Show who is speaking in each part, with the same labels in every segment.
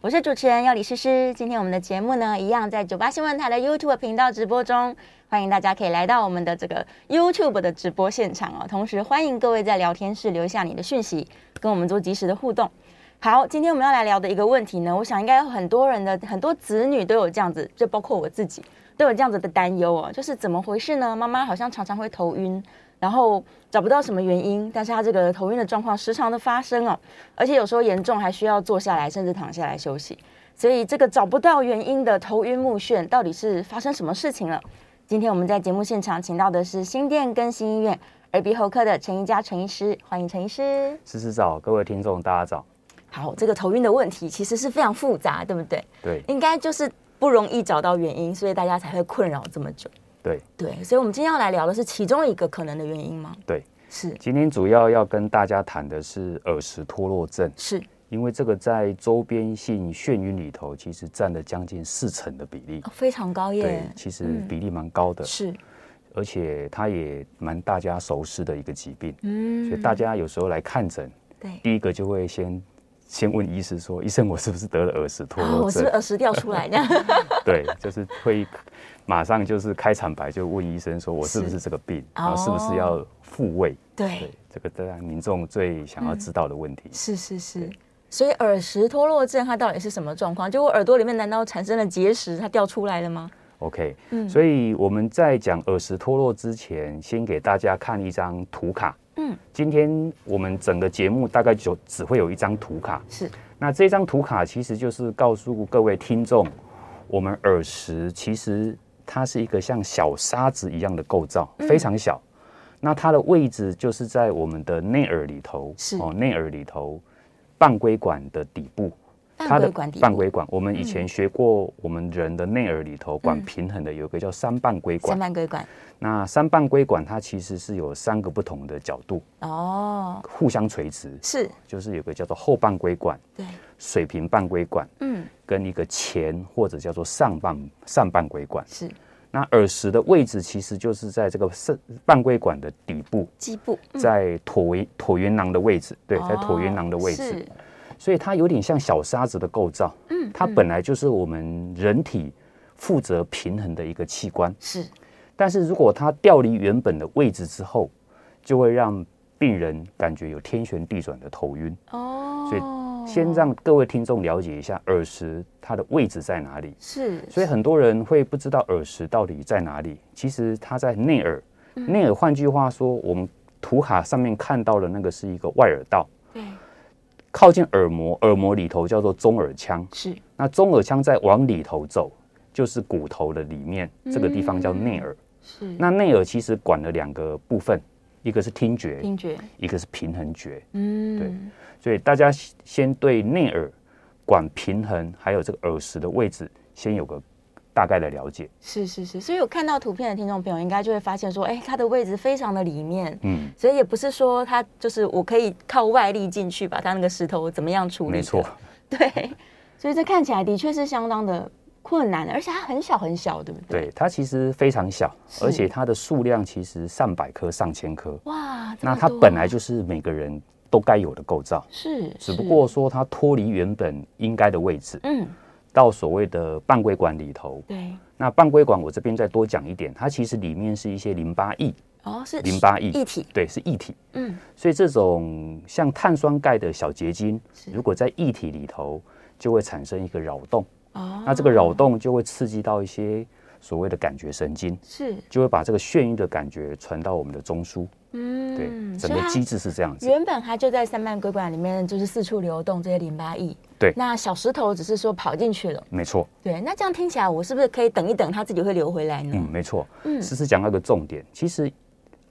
Speaker 1: 我是主持人要李诗诗。今天我们的节目呢，一样在九八新闻台的 YouTube 频道直播中，欢迎大家可以来到我们的这个 YouTube 的直播现场哦。同时，欢迎各位在聊天室留下你的讯息，跟我们做及时的互动。好，今天我们要来聊的一个问题呢，我想应该有很多人的很多子女都有这样子，就包括我自己都有这样子的担忧哦，就是怎么回事呢？妈妈好像常常会头晕，然后找不到什么原因，但是她这个头晕的状况时常的发生哦，而且有时候严重还需要坐下来，甚至躺下来休息。所以这个找不到原因的头晕目眩，到底是发生什么事情了？今天我们在节目现场请到的是新店更新医院耳鼻喉科的陈怡佳陈医师，欢迎陈医师。
Speaker 2: 思思早，各位听众大家早。
Speaker 1: 好，这个头晕的问题其实是非常复杂，对不对？
Speaker 2: 对
Speaker 1: 应该就是不容易找到原因，所以大家才会困扰这么久。
Speaker 2: 对
Speaker 1: 对，所以我们今天要来聊的是其中一个可能的原因吗？
Speaker 2: 对，
Speaker 1: 是
Speaker 2: 今天主要要跟大家谈的是耳石脱落症，
Speaker 1: 是
Speaker 2: 因为这个在周边性眩晕里头其实占了将近四成的比例
Speaker 1: 哦，，非常高
Speaker 2: 对
Speaker 1: 耶，，嗯
Speaker 2: 其实比例蛮高的，
Speaker 1: 是
Speaker 2: 而且它也蛮大家熟识的一个疾病，所以
Speaker 1: 嗯，
Speaker 2: 大家有时候来看诊，
Speaker 1: 对。
Speaker 2: 第一个就会先。先问医师说：“医生，我是不是得了耳石 脱
Speaker 1: 哦，
Speaker 2: 落
Speaker 1: 我是
Speaker 2: 症
Speaker 1: 不是？耳石掉出来这样？
Speaker 2: 对，就是会马上就是开场白就问医生说：我是不
Speaker 1: 是
Speaker 2: 是这个病？然后是不
Speaker 1: 哦
Speaker 2: 是要复位？对
Speaker 1: 对，，
Speaker 2: 这个当然民众最想
Speaker 1: 嗯
Speaker 2: 要知道的问题。
Speaker 1: 是是是。所以耳石脱落症它到底是什么状况？就我耳朵里面难道产生了结石，它掉出来了吗？
Speaker 2: OK，、
Speaker 1: 嗯
Speaker 2: 所以我们在讲耳石脱落之前，先给大家看一张图卡。
Speaker 1: 嗯，
Speaker 2: 今天我们整个节目大概就只会有一张图卡。
Speaker 1: 是
Speaker 2: 那这张图卡其实就是告诉各位听众，我们耳石其实它是一个像小沙子一样的构造，
Speaker 1: 嗯
Speaker 2: 非常小。那它的位置就是在我们的内耳里头，哦
Speaker 1: 是
Speaker 2: 内耳里头半规管的底部。
Speaker 1: 半规管底嗯部
Speaker 2: 半规管，我们以前学过，我们人的内耳里头管平衡的有一个叫三瓣规管
Speaker 1: 嗯三。半规管
Speaker 2: 那三瓣规管它其实是有三个不同的角度，
Speaker 1: 哦，
Speaker 2: 互相垂直，
Speaker 1: 是
Speaker 2: 就是有个叫做后半规管、
Speaker 1: 对，
Speaker 2: 水平半规管
Speaker 1: 嗯，
Speaker 2: 跟一个前或者叫做上半上半规管。
Speaker 1: 是
Speaker 2: 那耳石的位置其实就是在这个上半规管的底部，
Speaker 1: 基部嗯
Speaker 2: 在椭圆椭圆囊的位置，对，在椭圆囊的位
Speaker 1: 哦
Speaker 2: 置。
Speaker 1: 是
Speaker 2: 所以它有点像小沙子的构造。嗯，它本来就是我们人体负责平衡的一个器官，
Speaker 1: 是
Speaker 2: 但是如果它调离原本的位置之后，就会让病人感觉有天旋地转的头晕。
Speaker 1: 哦，
Speaker 2: 所以先让各位听众了解一下耳石它的位置在哪里。
Speaker 1: 是，
Speaker 2: 所以很多人会不知道耳石到底在哪里，其实它在内耳。
Speaker 1: 嗯
Speaker 2: 内耳，换句话说，我们图卡上面看到的那个是一个外耳道，
Speaker 1: 对，
Speaker 2: 靠近耳膜，耳膜里头叫做中耳腔。
Speaker 1: 是
Speaker 2: 那中耳腔再往里头走，就是骨头的里面，这个地方叫内耳。
Speaker 1: 嗯是
Speaker 2: 那内耳其实管了两个部分，一个是听觉，
Speaker 1: 听觉，
Speaker 2: 一个是平衡觉。
Speaker 1: 嗯，
Speaker 2: 对，所以大家先先对内耳管平衡，还有这个耳石的位置，先有个大概的了解。
Speaker 1: 是是是，所以有看到图片的听众朋友应该就会发现说，哎，它的位置非常的里面，
Speaker 2: 嗯，
Speaker 1: 所以也不是说它就是我可以靠外力进去把它那个石头怎么样处理，
Speaker 2: 没错，，
Speaker 1: 对，所以这看起来的确是相当的困难，而且它很小很小，对不对？
Speaker 2: 对，它其实非常小，
Speaker 1: 是
Speaker 2: 而且它的数量其实上百颗、上千颗。
Speaker 1: 哇，这
Speaker 2: 那
Speaker 1: 么
Speaker 2: 它
Speaker 1: 多
Speaker 2: 本来就是每个人都该有的构造，
Speaker 1: 是，
Speaker 2: 只不
Speaker 1: 是
Speaker 2: 过说它脱离原本应该的位置。
Speaker 1: 嗯，
Speaker 2: 到所谓的半规管里头。
Speaker 1: 对，
Speaker 2: 那半规管我这边再多讲一点，它其实里面是一些淋巴液，
Speaker 1: 哦是
Speaker 2: 淋巴液
Speaker 1: 一体，
Speaker 2: 对，是液体。
Speaker 1: 嗯，
Speaker 2: 所以这种像碳酸钙的小结晶，
Speaker 1: 是
Speaker 2: 如果在液体里头，就会产生一个扰动。
Speaker 1: 哦，
Speaker 2: 那这个扰动就会刺激到一些所谓的感觉神经，
Speaker 1: 是，
Speaker 2: 就会把这个眩晕的感觉传到我们的中枢。对，
Speaker 1: 嗯，
Speaker 2: 整
Speaker 1: 所以
Speaker 2: 个
Speaker 1: 它
Speaker 2: 机制是这样子。
Speaker 1: 原本它就在三瓣规管里面，就是四处流动这些淋巴液。
Speaker 2: 对
Speaker 1: 那小石头只是说跑进去了。
Speaker 2: 没错，
Speaker 1: 对，那这样听起来，我是不是可以等一等，它自己会流回来呢？
Speaker 2: 嗯，没错。
Speaker 1: 嗯
Speaker 2: 思思讲到一个重点，其实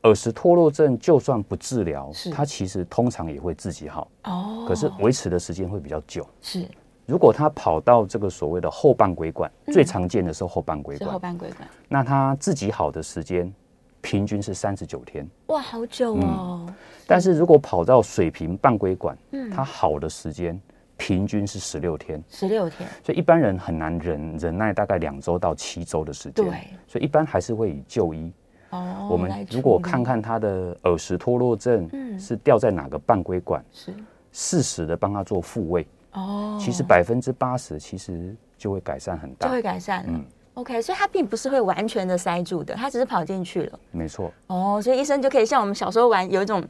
Speaker 2: 耳石脱落症就算不治疗
Speaker 1: 是，
Speaker 2: 它其实通常也会自己好。
Speaker 1: 哦，
Speaker 2: 可是维持的时间会比较久。
Speaker 1: 是
Speaker 2: 如果它跑到这个所谓的后半规管，最常见的是后半规
Speaker 1: 嗯是后
Speaker 2: 管，
Speaker 1: 半规管，
Speaker 2: 那它自己好的时间平均是三十九天。
Speaker 1: 哇，好久
Speaker 2: 嗯
Speaker 1: 哦，
Speaker 2: 但是如果跑到水平半规管，
Speaker 1: 嗯
Speaker 2: 它好的时间平均是十六天，
Speaker 1: 十六天，
Speaker 2: 所以一般人很难忍忍耐大概两周到七周的时间。
Speaker 1: 对
Speaker 2: 所以一般还是会以就医。
Speaker 1: 哦，
Speaker 2: 我们
Speaker 1: 来
Speaker 2: 如果
Speaker 1: 处理嗯
Speaker 2: 看看他的耳石脱落症是掉在哪个半规管，
Speaker 1: 是
Speaker 2: 适时的帮他做复位，
Speaker 1: 哦，
Speaker 2: 其实百分之八十其实就会改善很
Speaker 1: 就
Speaker 2: 大
Speaker 1: 会。改善了。OK，所以它
Speaker 2: 嗯
Speaker 1: 并不是会完全的塞住的，它只是跑进去了。
Speaker 2: 没错，
Speaker 1: 哦，所以医生就可以像我们小时候玩有一种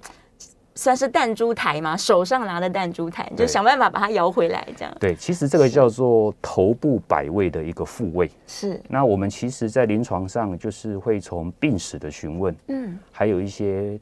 Speaker 1: 算是弹珠台嘛，手上拿的弹珠台，就
Speaker 2: 对
Speaker 1: 想办法把它摇回来，这样
Speaker 2: 对，其实这个叫做头部百位的一个复位。
Speaker 1: 是
Speaker 2: 那我们其实，在临床上就是会从病史的询问，
Speaker 1: 嗯
Speaker 2: 还有一些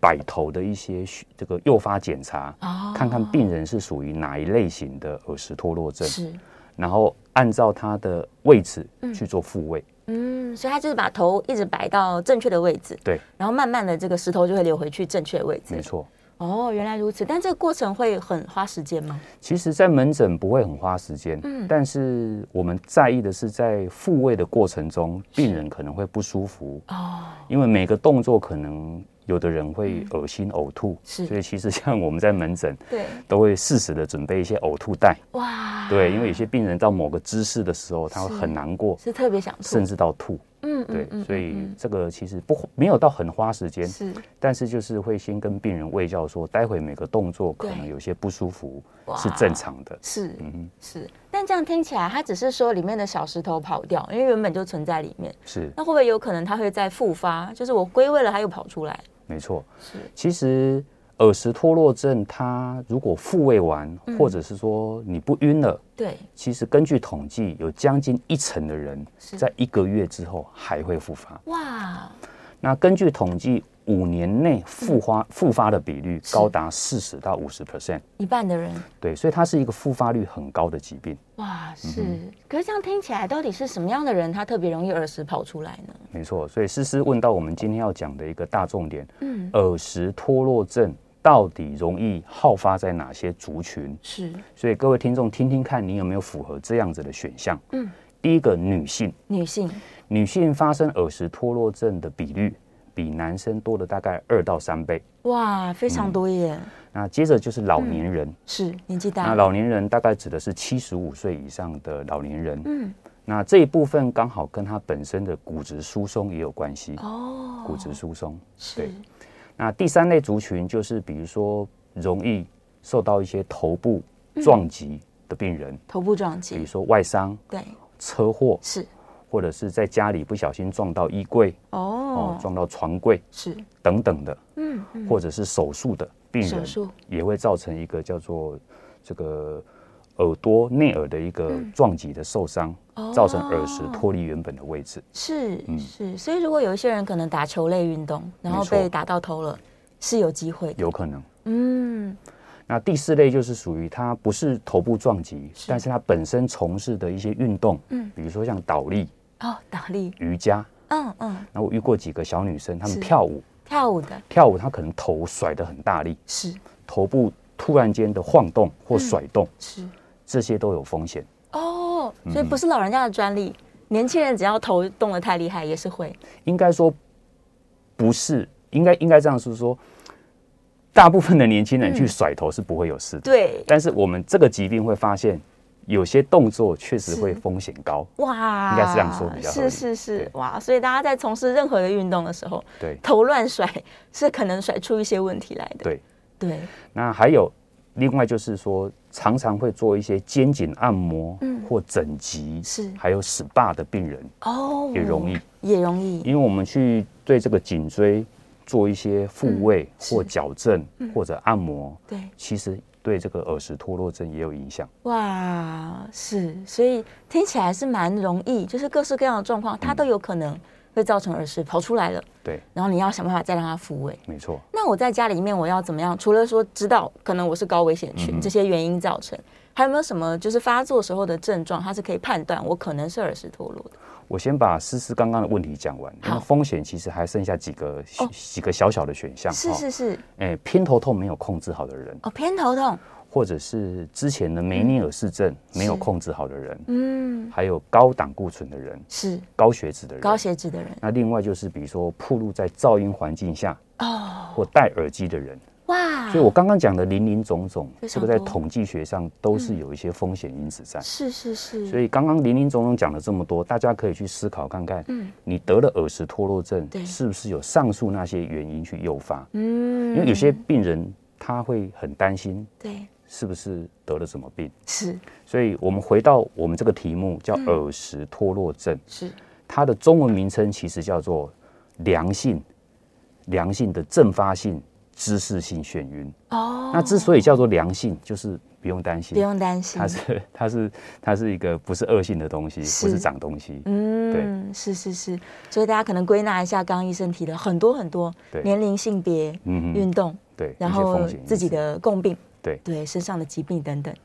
Speaker 2: 摆头的一些许这个诱发检查，
Speaker 1: 哦
Speaker 2: 看看病人是属于哪一类型的耳石脱落症，
Speaker 1: 是
Speaker 2: 然后按照他的位置去做复位。
Speaker 1: 嗯，所以它就是把头一直摆到正确的位置，
Speaker 2: 对，
Speaker 1: 然后慢慢的这个石头就会流回去正确的位置
Speaker 2: 没。错。
Speaker 1: 哦，原来如此，但这个过程会很花时间吗？
Speaker 2: 其实，在门诊不会很花时间，
Speaker 1: 嗯
Speaker 2: 但是我们在意的是在复位的过程中，病人可能会不舒服，
Speaker 1: 哦，嗯
Speaker 2: 因为每个动作可能有的人会恶心、呕吐，
Speaker 1: 是
Speaker 2: 所以其实像我们在门诊
Speaker 1: 对，
Speaker 2: 都会适时的准备一些呕吐袋，
Speaker 1: 哇，
Speaker 2: 对，因为有些病人到某个姿势的时候，他会
Speaker 1: 是
Speaker 2: 很难过，
Speaker 1: 是特别想吐
Speaker 2: 甚，至到吐，
Speaker 1: 嗯
Speaker 2: 对，所以
Speaker 1: 嗯
Speaker 2: 这个其实不没有到很花时间，
Speaker 1: 是
Speaker 2: 但是就是会先跟病人卫教说，待会每个动作可能
Speaker 1: 对
Speaker 2: 有些不舒服
Speaker 1: 哇
Speaker 2: 是正常的，
Speaker 1: 是
Speaker 2: 嗯，
Speaker 1: 是，但这样听起来，它只是说里面的小石头跑掉，因为原本就存在里面。
Speaker 2: 是
Speaker 1: 那会不会有可能它会再复发？就是我归位了，它又跑出来。
Speaker 2: 没错
Speaker 1: 是。
Speaker 2: 其实耳石脱落症，它如果复位完，
Speaker 1: 嗯
Speaker 2: 或者是说你不晕了，
Speaker 1: 对，
Speaker 2: 其实根据统计，有将近一成的人
Speaker 1: 是
Speaker 2: 在一个月之后还会复发。
Speaker 1: 哇，
Speaker 2: 那根据统计，五年内复
Speaker 1: 嗯
Speaker 2: 发复发的比率高达四十到五十 percent，
Speaker 1: 一半的人
Speaker 2: 对，所以它是一个复发率很高的疾病，
Speaker 1: 哇是。
Speaker 2: 嗯
Speaker 1: 可是这样听起来，到底是什么样的人他特别容易耳石跑出来呢？
Speaker 2: 没错。所以思思问到我们今天要讲的一个大重点，
Speaker 1: 嗯，
Speaker 2: 耳石脱落症到底容易好发在哪些族群？
Speaker 1: 是
Speaker 2: 所以各位听众听听看，你有没有符合这样子的选项？
Speaker 1: 嗯，
Speaker 2: 第一个女性，
Speaker 1: 女性
Speaker 2: 女性发生耳石脱落症的比率比男生多了大概二到三倍。
Speaker 1: 哇，非
Speaker 2: 嗯
Speaker 1: 常多耶，
Speaker 2: 那接着就是老年人。
Speaker 1: 是年纪
Speaker 2: 那
Speaker 1: 大
Speaker 2: 老年人大概指的是七十五岁以上的老年人。
Speaker 1: 嗯，
Speaker 2: 那这一部分刚好跟他本身的骨质疏松也有关系。
Speaker 1: 哦，
Speaker 2: 骨质疏松。
Speaker 1: 是
Speaker 2: 对那第三类族群就是比如说容易受到一些头部
Speaker 1: 嗯
Speaker 2: 撞击的病人，
Speaker 1: 头部撞
Speaker 2: 比如
Speaker 1: 击，
Speaker 2: 说外伤、
Speaker 1: 对，
Speaker 2: 车祸，
Speaker 1: 是
Speaker 2: 或者是在家里不小心撞到衣柜哦
Speaker 1: 哦，，
Speaker 2: 撞到床柜
Speaker 1: 是
Speaker 2: 等等的，
Speaker 1: 嗯嗯，
Speaker 2: 或者是手术的病
Speaker 1: 手
Speaker 2: 人，
Speaker 1: 术
Speaker 2: 也会造成一个叫做这个耳朵内耳的一个撞击的受伤，
Speaker 1: 嗯哦
Speaker 2: 造成耳石脱离原本的位置。
Speaker 1: 是是，所以如果有一些人可能打球类运动，然后
Speaker 2: 嗯没错
Speaker 1: 被打到头了，是有机会的。
Speaker 2: 有可能。
Speaker 1: 嗯，
Speaker 2: 那第四类就是属于它不是头部撞击，但是它本身从事的一些运动，
Speaker 1: 嗯
Speaker 2: 比如说像倒立、
Speaker 1: 哦，打力，
Speaker 2: 瑜伽。
Speaker 1: 嗯嗯，
Speaker 2: 那我遇过几个小女生，她们
Speaker 1: 是
Speaker 2: 跳舞，
Speaker 1: 跳舞的
Speaker 2: 跳舞她可能头甩得很大力，
Speaker 1: 是
Speaker 2: 头部突然间的晃动或甩动，
Speaker 1: 是
Speaker 2: 这些都有风险。
Speaker 1: 哦，
Speaker 2: 嗯
Speaker 1: 所以不是老人家的专利，年轻人只要头动得太厉害也是会
Speaker 2: 应该说不是，应该应该这样是说，大部分的年轻人去甩头是不会有事
Speaker 1: 嗯
Speaker 2: 的。
Speaker 1: 对。
Speaker 2: 但是我们这个疾病会发现，有些动作确实会
Speaker 1: 是
Speaker 2: 风险高。
Speaker 1: 哇，
Speaker 2: 应该是这样说比较合
Speaker 1: 是
Speaker 2: 理
Speaker 1: 是是
Speaker 2: 对，
Speaker 1: 哇！所以大家在从事任何的运动的时候，
Speaker 2: 对
Speaker 1: 头乱甩是可能甩出一些问题来的。
Speaker 2: 对，
Speaker 1: 对，
Speaker 2: 那还有另外就是说，常常会做一些肩颈按摩，或整脊，
Speaker 1: 嗯是
Speaker 2: 还有 SPA 的病人，
Speaker 1: 哦，
Speaker 2: 也容易，
Speaker 1: 也容易，
Speaker 2: 因为我们去对这个颈椎做一些复位、
Speaker 1: 嗯是嗯
Speaker 2: 或矫正、或者按摩，
Speaker 1: 对。
Speaker 2: 其实对这个耳石脱落症也有影响。
Speaker 1: 哇，是，所以听起来是蛮容易，就是各式各样的状况，
Speaker 2: 嗯
Speaker 1: 它都有可能会造成耳石跑出来了，
Speaker 2: 对，
Speaker 1: 然后你要想办法再让它复位。
Speaker 2: 没错。
Speaker 1: 那我在家里面我要怎么样？除了说知道可能我是高危险群、
Speaker 2: 嗯
Speaker 1: 这些原因造成，还有没有什么就是发作时候的症状，它是可以判断我可能是耳石脱落的？
Speaker 2: 我先把思思刚刚的问题讲完，因为
Speaker 1: 好
Speaker 2: 风险其实还剩下几个
Speaker 1: 哦
Speaker 2: 几个小小的选项。
Speaker 1: 是
Speaker 2: 哈
Speaker 1: 是是，
Speaker 2: 哎，偏头痛没有控制好的人，
Speaker 1: 哦，偏头痛，
Speaker 2: 或者是之前的梅尼尔氏症没
Speaker 1: 嗯
Speaker 2: 有
Speaker 1: 是
Speaker 2: 控制好的人，
Speaker 1: 嗯，
Speaker 2: 还有高胆固醇的人、
Speaker 1: 是
Speaker 2: 高血脂的人。
Speaker 1: 高血脂的人
Speaker 2: 那另外就是比如说暴露在噪音环境下
Speaker 1: 哦，
Speaker 2: 或戴耳机的人，
Speaker 1: 哇，
Speaker 2: 所以我刚刚讲的林林总总，
Speaker 1: 非
Speaker 2: 这
Speaker 1: 常
Speaker 2: 个在
Speaker 1: 多嗯
Speaker 2: 统计学上都是有一些风险因子在。
Speaker 1: 是是是，
Speaker 2: 所以刚刚林林总总讲了这么多，大家可以去思考看看，
Speaker 1: 嗯
Speaker 2: 你得了耳石脱落症
Speaker 1: 对
Speaker 2: 是不是有上述那些原因去诱发？
Speaker 1: 嗯，
Speaker 2: 因为有些病人他会很担心
Speaker 1: 对
Speaker 2: 是不是得了什么病，
Speaker 1: 是
Speaker 2: 所以我们回到我们这个题目
Speaker 1: 嗯
Speaker 2: 叫耳石脱落症，
Speaker 1: 是
Speaker 2: 它的中文名称其实叫做良性良性的阵发性知识性眩晕。
Speaker 1: 哦，
Speaker 2: 那之所以叫做良性，就是不用担
Speaker 1: 不
Speaker 2: 心，
Speaker 1: 用担心
Speaker 2: 它，是 它是它是一个不是恶性的东西，
Speaker 1: 是
Speaker 2: 不是长东西。
Speaker 1: 嗯，是是是，所以大家可能归纳一下，刚刚医生提的很多很多，
Speaker 2: 对
Speaker 1: 年龄、性别、
Speaker 2: 嗯
Speaker 1: 运
Speaker 2: 哼，
Speaker 1: 动，
Speaker 2: 对，
Speaker 1: 然
Speaker 2: 一些
Speaker 1: 后
Speaker 2: 风险因
Speaker 1: 自己
Speaker 2: 子
Speaker 1: 的共病，
Speaker 2: 对
Speaker 1: 对，身上的疾病等等的。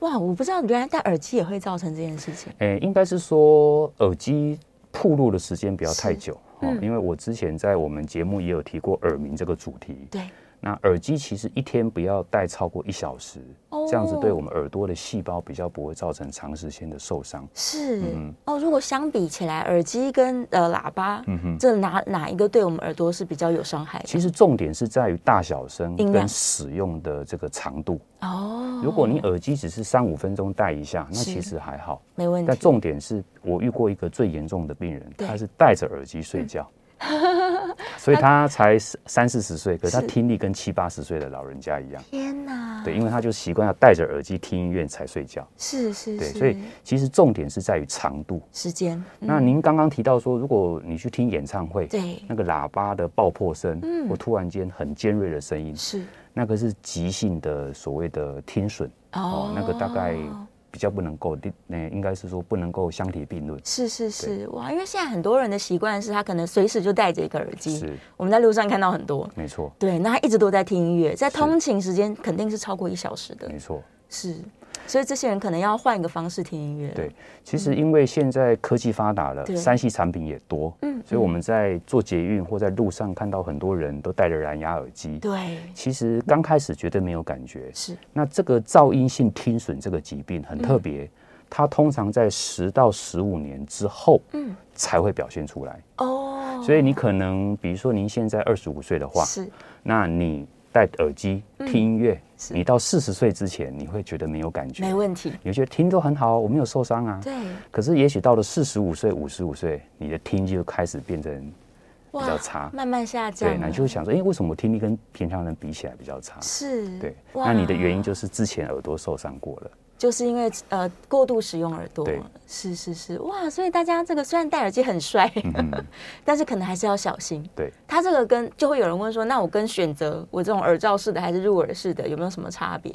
Speaker 1: 哇，我不知道原来戴耳机也会造成这件事情。
Speaker 2: 诶，应该是说耳机铺路的时间不要太
Speaker 1: 是
Speaker 2: 久。哦
Speaker 1: 嗯，
Speaker 2: 因为我之前在我们节目也有提过耳鸣这个主题。
Speaker 1: 对，
Speaker 2: 那耳机其实一天不要戴超过一小时，
Speaker 1: 哦
Speaker 2: 这样子对我们耳朵的细胞比较不会造成长时间的受伤。
Speaker 1: 是、
Speaker 2: 嗯
Speaker 1: 哦。如果相比起来，耳机跟呃喇叭，
Speaker 2: 嗯哼
Speaker 1: 这哪哪一个对我们耳朵是比较有伤害的？
Speaker 2: 其实重点是在于大小声
Speaker 1: 音量
Speaker 2: 跟使用的这个长度。
Speaker 1: 哦，
Speaker 2: 如果你耳机只是三五分钟戴一下，那
Speaker 1: 是嗯
Speaker 2: 其实还好。
Speaker 1: 没问
Speaker 2: 但
Speaker 1: 题，
Speaker 2: 重点是我遇过一个最严重的病人，
Speaker 1: 对
Speaker 2: 他是戴着耳机 睡觉，所以他才三四十岁，可是他
Speaker 1: 是
Speaker 2: 听力跟七八十岁的老人家一样。
Speaker 1: 天啊哪，
Speaker 2: 对，因为他就习惯要戴着耳机听音乐才睡觉。
Speaker 1: 是是
Speaker 2: 对，
Speaker 1: 是，
Speaker 2: 所以其实重点是在于长度。
Speaker 1: 时间，嗯
Speaker 2: 那您刚刚提到说，如果你去听演唱会，
Speaker 1: 对
Speaker 2: 那个喇叭的爆破声，
Speaker 1: 嗯
Speaker 2: 或突然间很尖锐的声音，
Speaker 1: 是
Speaker 2: 那个是急性的所谓的听损哦，那个大概比较不能够，那应该是说不能够相提并论。
Speaker 1: 是是是，哇！因为现在很多人的习惯是他可能随时就戴着一个耳机，
Speaker 2: 是，
Speaker 1: 我们在路上看到很多。
Speaker 2: 没错，
Speaker 1: 对，那他一直都在听音乐，在通勤时间肯定是超过一小时的
Speaker 2: 没，错。
Speaker 1: 是。所以这些人可能要换一个方式听音乐。
Speaker 2: 对，其实因为现在科技发达了
Speaker 1: 对，
Speaker 2: 三 C 产品也多，
Speaker 1: 嗯
Speaker 2: 所以我们在做捷运或在路上看到很多人都戴着蓝牙耳机。
Speaker 1: 对，
Speaker 2: 其实刚开始绝对没有感觉，
Speaker 1: 是嗯
Speaker 2: 那这个噪音性听损这个疾病很特别，它通常在十到十五年之后，
Speaker 1: 嗯
Speaker 2: 才会表现出来。
Speaker 1: 哦，
Speaker 2: 所以你可能，比如说您现在二十五岁的话，
Speaker 1: 是嗯
Speaker 2: 那你戴耳机听音乐，
Speaker 1: 是
Speaker 2: 你到四十岁之前，你会觉得没有感觉。
Speaker 1: 没问题。
Speaker 2: 有些听都很好，我没有受伤啊。
Speaker 1: 对，
Speaker 2: 可是也许到了四十五岁、五十五岁，你的听就开始变成
Speaker 1: 哇
Speaker 2: 较差
Speaker 1: 慢慢下降
Speaker 2: 对，
Speaker 1: 了。
Speaker 2: 那你就会想说，哎、为什么我听力跟平常人比起来比较差？
Speaker 1: 是
Speaker 2: 对，
Speaker 1: 哇
Speaker 2: 那你的原因就是之前耳朵受伤过了。
Speaker 1: 就是因为呃过度使用耳朵
Speaker 2: 对。
Speaker 1: 是是是，哇！所以大家这个虽然戴耳机很帅，
Speaker 2: 嗯，
Speaker 1: 但是可能还是要小心。
Speaker 2: 对，
Speaker 1: 它这个跟就会有人问说，那我跟选择我这种耳罩式的还是入耳式的有没有什么差别？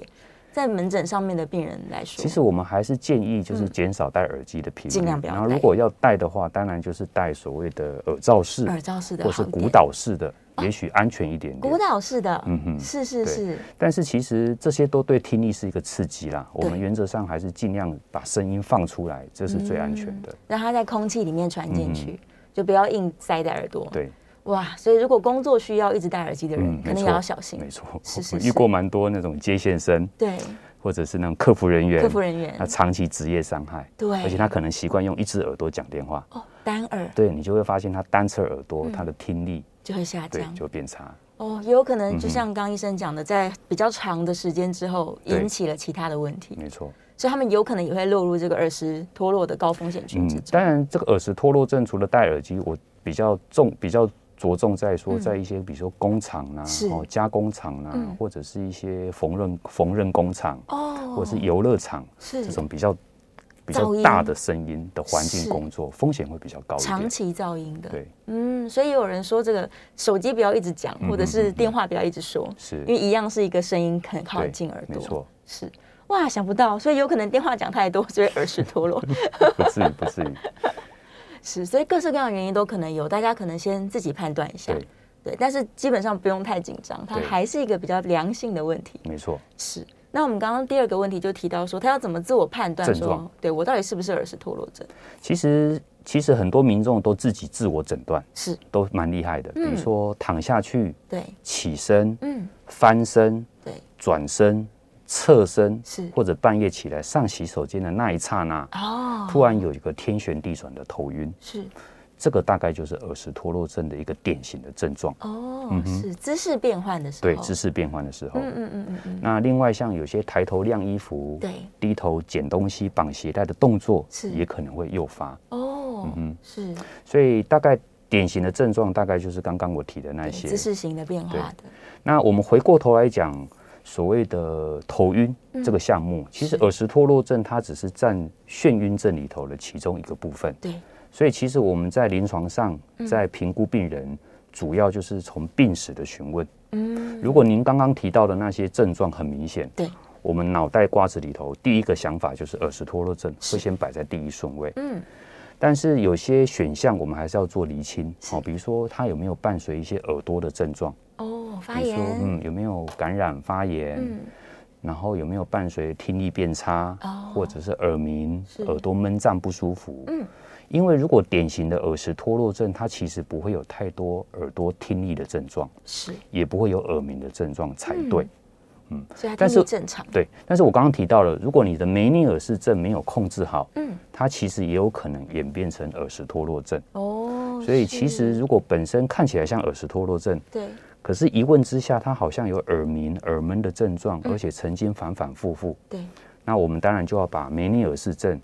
Speaker 1: 在门诊上面的病人来说，
Speaker 2: 其实我们还是建议就是减少戴耳机的频率，
Speaker 1: 嗯尽量不要
Speaker 2: 然后
Speaker 1: 戴
Speaker 2: 如果要戴的话，当然就是戴所谓的耳罩式
Speaker 1: 耳罩哦式的
Speaker 2: 或是
Speaker 1: 好一点
Speaker 2: 鼓捣式的，也许安全一点点。
Speaker 1: 鼓捣式的，
Speaker 2: 嗯哼
Speaker 1: 是是
Speaker 2: 对
Speaker 1: 是，
Speaker 2: 但是其实这些都对听力是一个刺激啦。我
Speaker 1: 对
Speaker 2: 们原则上还是尽量把声音放出来，这是最安全的。
Speaker 1: 让它在空气里面传进去。
Speaker 2: 嗯
Speaker 1: 就不要硬塞在耳朵。，
Speaker 2: 对，嗯
Speaker 1: 哇！所以如果工作需要一直戴耳机的人，
Speaker 2: 没
Speaker 1: 可能也
Speaker 2: 错
Speaker 1: 要小心
Speaker 2: 没。错，
Speaker 1: 是是
Speaker 2: 我
Speaker 1: 是
Speaker 2: 遇过蛮多那种接线生，
Speaker 1: 对，
Speaker 2: 或者是那种客服人员，
Speaker 1: 客服人员
Speaker 2: 他长期职业伤害，
Speaker 1: 对
Speaker 2: 而且他可能习惯用一只耳朵讲电话，
Speaker 1: 哦，单耳
Speaker 2: 对你就会发现他单侧耳
Speaker 1: 嗯
Speaker 2: 朵、他的听力
Speaker 1: 就会下
Speaker 2: 对
Speaker 1: 降。
Speaker 2: 就变差。
Speaker 1: 哦，也有可能就
Speaker 2: 嗯哼
Speaker 1: 像刚医生讲的，在比较长的时间之后，
Speaker 2: 对
Speaker 1: 引起了其他的问题，
Speaker 2: 没错，
Speaker 1: 所以他们有可能也会落入这个耳石脱落的高风险群
Speaker 2: 嗯
Speaker 1: 之，中。
Speaker 2: 当然这个耳石脱落症除了戴耳机，我比较重比较。着重在说，
Speaker 1: 嗯
Speaker 2: 在一些比如说工厂啊，
Speaker 1: 是
Speaker 2: 加工厂啊，
Speaker 1: 嗯
Speaker 2: 或者是一些缝纫缝纫工厂，
Speaker 1: 哦，
Speaker 2: 或者是游乐场
Speaker 1: 是
Speaker 2: 这种比较比较
Speaker 1: 噪音
Speaker 2: 大的声音的环境
Speaker 1: 是
Speaker 2: 工作，风险会比较高一
Speaker 1: 长
Speaker 2: 点。
Speaker 1: 期噪音的。
Speaker 2: 对，
Speaker 1: 嗯，所以有人说这个手机不要一直讲，
Speaker 2: 嗯
Speaker 1: 或者是电话不要一直说，
Speaker 2: 是
Speaker 1: 因为一样是一个声音很靠
Speaker 2: 对
Speaker 1: 近耳朵。
Speaker 2: 没错，
Speaker 1: 是。哇，想不到，所以有可能电话讲太多，所以耳石脱 落。
Speaker 2: 不至于，不至于。
Speaker 1: 是，所以各式各样的原因都可能有，大家可能先自己判断一下。
Speaker 2: 对，
Speaker 1: 对，但是基本上不用太紧张，它
Speaker 2: 对
Speaker 1: 还是一个比较良性的问题。
Speaker 2: 没错，
Speaker 1: 是。那我们刚刚第二个问题就提到说，他要怎么自我判断
Speaker 2: 症状
Speaker 1: 说，对我到底是不是耳石脱落症？
Speaker 2: 其实其实很多民众都自己自我诊断，
Speaker 1: 是
Speaker 2: 都蛮厉害的。比
Speaker 1: 嗯
Speaker 2: 如说躺下去、
Speaker 1: 对，
Speaker 2: 起身、
Speaker 1: 嗯，
Speaker 2: 翻身、
Speaker 1: 对，
Speaker 2: 转身、侧身，
Speaker 1: 是
Speaker 2: 或者半夜起来上洗手间的那一刹那，
Speaker 1: 哦，
Speaker 2: 突然有一个天旋地转的头晕，
Speaker 1: 是
Speaker 2: 这个大概就是耳石脱落症的一个典型的症状。
Speaker 1: 哦，
Speaker 2: 嗯哼
Speaker 1: 是姿势变换的时候，
Speaker 2: 对，姿势变换的时候。
Speaker 1: 嗯嗯嗯嗯嗯，
Speaker 2: 那另外像有些抬头晾衣服、
Speaker 1: 对，
Speaker 2: 低头捡东西、绑鞋带的动作
Speaker 1: 是，
Speaker 2: 也可能会诱发。
Speaker 1: 哦，
Speaker 2: 嗯
Speaker 1: 是
Speaker 2: 所以大概典型的症状大概就是刚刚我提的那
Speaker 1: 对
Speaker 2: 些
Speaker 1: 姿。势型的变化的，
Speaker 2: 那我们回过头来讲，所谓的头晕这个项目，其
Speaker 1: 嗯是
Speaker 2: 实耳石脱落症它只是占眩晕症里头的其中一个部分。
Speaker 1: 对，嗯
Speaker 2: 所以其实我们在临床上在评估病人，主要就是从病史的询问。
Speaker 1: 嗯，
Speaker 2: 如果您刚刚提到的那些症状很明显，
Speaker 1: 对，
Speaker 2: 我们脑袋瓜子里头第一个想法就是耳石脱落症，会先摆在第一顺位。
Speaker 1: 嗯，
Speaker 2: 但是有些选项我们还是要做厘清，好、比如说它有没有伴随一些耳朵的症状，
Speaker 1: 哦，发
Speaker 2: 比如
Speaker 1: 炎
Speaker 2: 说，嗯有没有感染发炎，
Speaker 1: 嗯，
Speaker 2: 然后有没有伴随听力变差，
Speaker 1: 哦
Speaker 2: 或者是耳鸣
Speaker 1: 是、
Speaker 2: 耳朵闷胀不舒服？
Speaker 1: 嗯，
Speaker 2: 因为如果典型的耳石脱落症，它其实不会有太多耳朵听力的症状，
Speaker 1: 是，
Speaker 2: 也不会有耳鸣的症状才对。
Speaker 1: 嗯所以它
Speaker 2: 但
Speaker 1: 听力
Speaker 2: 是
Speaker 1: 正常，
Speaker 2: 对，但是我刚刚提到了，如果你的梅尼尔氏症没有控制好，
Speaker 1: 嗯，
Speaker 2: 它其实也有可能演变成耳石脱落症。
Speaker 1: 哦，
Speaker 2: 所以其
Speaker 1: 是
Speaker 2: 实如果本身看起来像耳石脱落症，
Speaker 1: 对，
Speaker 2: 可是一问之下，它好像有耳鸣、耳闷的症状，
Speaker 1: 嗯
Speaker 2: 而且曾经反反复复，
Speaker 1: 对，
Speaker 2: 那我们当然就要把梅尼尔氏症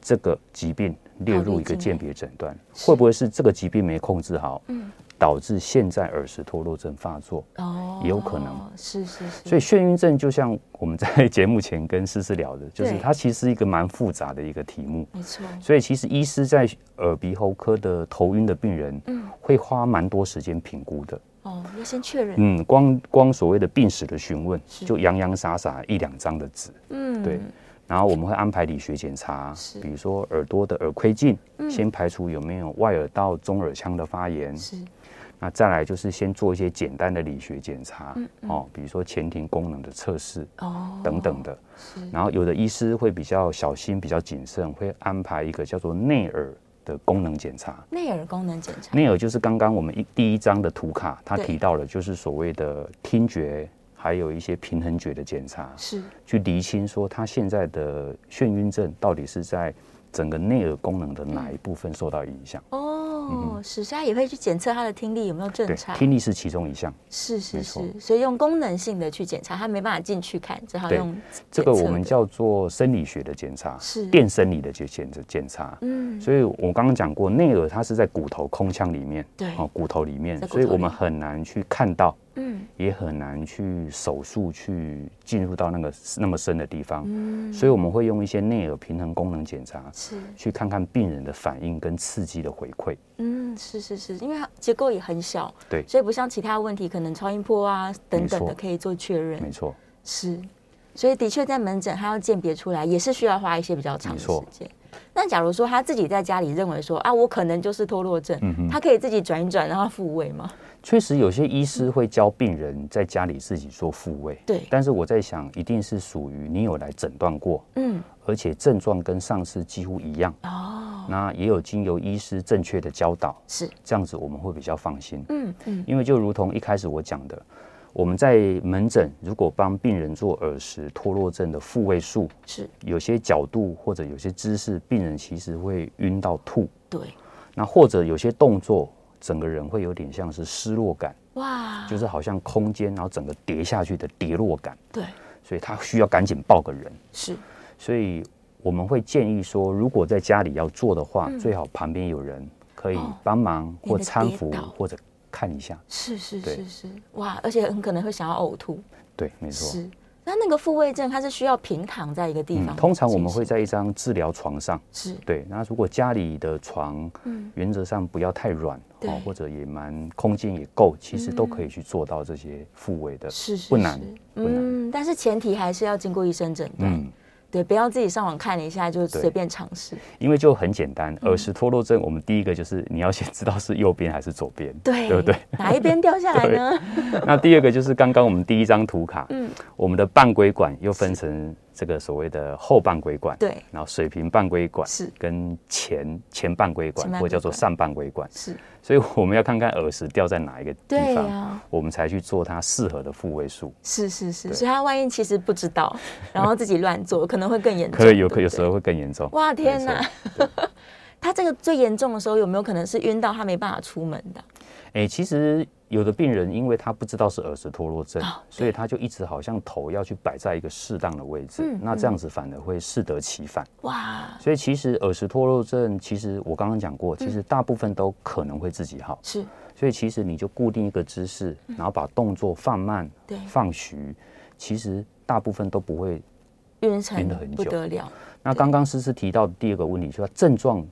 Speaker 2: 这个疾病列
Speaker 1: 考虑
Speaker 2: 入一个
Speaker 1: 进
Speaker 2: 鉴
Speaker 1: 来
Speaker 2: 别诊断，会不会是这个疾病没控制好，
Speaker 1: 嗯
Speaker 2: 导致现在耳石脱落症发作？
Speaker 1: 哦，
Speaker 2: 也有可能，
Speaker 1: 是是是，
Speaker 2: 所以眩晕症就像我们在节目前跟思思聊的，就是
Speaker 1: 对
Speaker 2: 它其实是一个蛮复杂的一个题目。
Speaker 1: 没错，
Speaker 2: 所以其实医师在耳鼻喉科的头晕的病人，
Speaker 1: 嗯，
Speaker 2: 会花蛮多时间评估的。
Speaker 1: 哦，要先确认，
Speaker 2: 嗯，光光所谓的病史的询问，
Speaker 1: 是
Speaker 2: 就洋洋洒洒一两张的纸。
Speaker 1: 嗯，
Speaker 2: 对，然后我们会安排理学检查
Speaker 1: 是，嗯
Speaker 2: 比如说耳朵的耳窥镜，先排除有没有外耳道、中耳腔的发炎。
Speaker 1: 是，
Speaker 2: 那再来就是先做一些简单的理学检查，哦，比如说前庭功能的测试
Speaker 1: 嗯哦，
Speaker 2: 等等的。
Speaker 1: 是，
Speaker 2: 然后有的医师会比较小心、比较谨慎，会安排一个叫做内耳的功能检查。
Speaker 1: 内耳功能检查，
Speaker 2: 内耳就是刚刚我们一第一张的图卡，它
Speaker 1: 对
Speaker 2: 提到了，就是所谓的听觉，还有一些平衡觉的检查，
Speaker 1: 是，
Speaker 2: 去厘清说他现在的眩晕症到底是在整个内耳功能的哪
Speaker 1: 嗯
Speaker 2: 一部分受到影响。
Speaker 1: 哦，是，所以他也会去检测他的听力有没有正
Speaker 2: 对，
Speaker 1: 常，
Speaker 2: 听力是其中一项。
Speaker 1: 是是
Speaker 2: 没错
Speaker 1: 是，所以用功能性的去检查，他没办法进去看，只好
Speaker 2: 对
Speaker 1: 用
Speaker 2: 这个
Speaker 1: 检测
Speaker 2: 我们
Speaker 1: 的
Speaker 2: 叫做生理学的检查，
Speaker 1: 是
Speaker 2: 电生理的检检检查。
Speaker 1: 嗯
Speaker 2: 所以我刚刚讲过，内耳它是在骨头空腔里面，
Speaker 1: 对
Speaker 2: 哦，骨头里面
Speaker 1: 在，骨头
Speaker 2: 所以我们很难去看到，
Speaker 1: 嗯
Speaker 2: 也很难去手术去进入到那个那么深的地方。
Speaker 1: 嗯
Speaker 2: 所以我们会用一些内耳平衡功能检查，
Speaker 1: 是
Speaker 2: 去看看病人的反应跟刺激的回馈。
Speaker 1: 嗯是是是，因为它结构也很小，
Speaker 2: 对，
Speaker 1: 所以不像其他问题可能超音波啊等等
Speaker 2: 没
Speaker 1: 的
Speaker 2: 错
Speaker 1: 可以做确
Speaker 2: 没
Speaker 1: 认，
Speaker 2: 错。
Speaker 1: 是，所以的确在门诊他要鉴别出来也是需要花一些比较长的
Speaker 2: 没
Speaker 1: 时
Speaker 2: 错
Speaker 1: 间。那假如说他自己在家里认为说啊，我可能就是脱落症，
Speaker 2: 嗯
Speaker 1: 他可以自己转一转，然后复位吗？
Speaker 2: 确实，有些医师会教病人在家里自己做复位。
Speaker 1: 对
Speaker 2: 但是我在想，一定是属于你有来诊断过，
Speaker 1: 嗯，
Speaker 2: 而且症状跟上次几乎一样，
Speaker 1: 哦，
Speaker 2: 那也有经由医师正确的教导，
Speaker 1: 是，
Speaker 2: 这样子我们会比较放心。
Speaker 1: 嗯嗯，
Speaker 2: 因为就如同一开始我讲的，我们在门诊如果帮病人做耳石脱落症的复位术，
Speaker 1: 是
Speaker 2: 有些角度或者有些姿势，病人其实会晕到吐，
Speaker 1: 对，
Speaker 2: 那或者有些动作，整个人会有点像是失落感。
Speaker 1: 哇，
Speaker 2: 就是好像空间，然后整个跌下去的跌落感，
Speaker 1: 对，
Speaker 2: 所以他需要赶紧抱个人。
Speaker 1: 是，
Speaker 2: 所以我们会建议说，如果在家里要做的话，最好旁边有人可以
Speaker 1: 嗯哦
Speaker 2: 帮忙
Speaker 1: 免
Speaker 2: 或
Speaker 1: 得
Speaker 2: 搀
Speaker 1: 跌
Speaker 2: 扶
Speaker 1: 倒
Speaker 2: 或者看一下。
Speaker 1: 是是
Speaker 2: 对
Speaker 1: 是是，哇，而且很可能会想要呕吐。
Speaker 2: 对，没错。
Speaker 1: 是，那那个复位症它是需要平躺在一个地方进
Speaker 2: 嗯，
Speaker 1: 行、
Speaker 2: 通常我们会在一张治疗床上。
Speaker 1: 是
Speaker 2: 对，那如果家里的床
Speaker 1: 嗯
Speaker 2: 原则上不要太软哦
Speaker 1: 对嗯
Speaker 2: 或者也蛮空间也够，其实都可以去做到这些复位的，
Speaker 1: 是是
Speaker 2: 不难
Speaker 1: 是
Speaker 2: 不难
Speaker 1: 嗯，但是前提还是要经过医生诊断。
Speaker 2: 嗯
Speaker 1: 对，不要自己上网看一下就
Speaker 2: 对
Speaker 1: 随便尝试。
Speaker 2: 因为就很简单。
Speaker 1: 嗯
Speaker 2: 耳石脱落症，我们第一个就是你要先知道是右边还是左边，
Speaker 1: 对
Speaker 2: 对不对？
Speaker 1: 哪一边掉下来呢？
Speaker 2: 那第二个就是刚刚我们第一张图卡，
Speaker 1: 嗯
Speaker 2: 我们的半规管又分成这个所谓的后半规管，
Speaker 1: 对，
Speaker 2: 然后水平半规管
Speaker 1: 是
Speaker 2: 跟前前半规管
Speaker 1: 前半
Speaker 2: 或者叫做
Speaker 1: 规管
Speaker 2: 上半规管，
Speaker 1: 是，
Speaker 2: 所以我们要看看耳石掉在哪一个
Speaker 1: 对
Speaker 2: 地方，
Speaker 1: 呀，
Speaker 2: 我们才去做它适合的复位数。
Speaker 1: 是是是，所以他万一其实不知道，然后自己乱做，可能会更严重。
Speaker 2: 可以有
Speaker 1: 对
Speaker 2: 可有
Speaker 1: 不对
Speaker 2: 时候会更严重。
Speaker 1: 哇天
Speaker 2: 没错
Speaker 1: 哪！他这个最严重的时候，有没有可能是晕到他没办法出门的？
Speaker 2: 哎、其实有的病人因为他不知道是耳石脱落症，
Speaker 1: 哦
Speaker 2: 所以他就一直好像头要去摆在一个适当的位置，
Speaker 1: 嗯
Speaker 2: 那这样子反而会适得其反。
Speaker 1: 哇，
Speaker 2: 所以其实耳石脱落症，其实我刚刚讲过，其实
Speaker 1: 嗯
Speaker 2: 大部分都可能会自己好，
Speaker 1: 是
Speaker 2: 所以其实你就固定一个姿势，然后把动作放慢、
Speaker 1: 嗯对
Speaker 2: 放徐，其实大部分都不会。
Speaker 1: 晕
Speaker 2: 晕
Speaker 1: 成
Speaker 2: 得很
Speaker 1: 不
Speaker 2: 久
Speaker 1: 得了，
Speaker 2: 那刚刚思思提到的第二个问题，就是它症状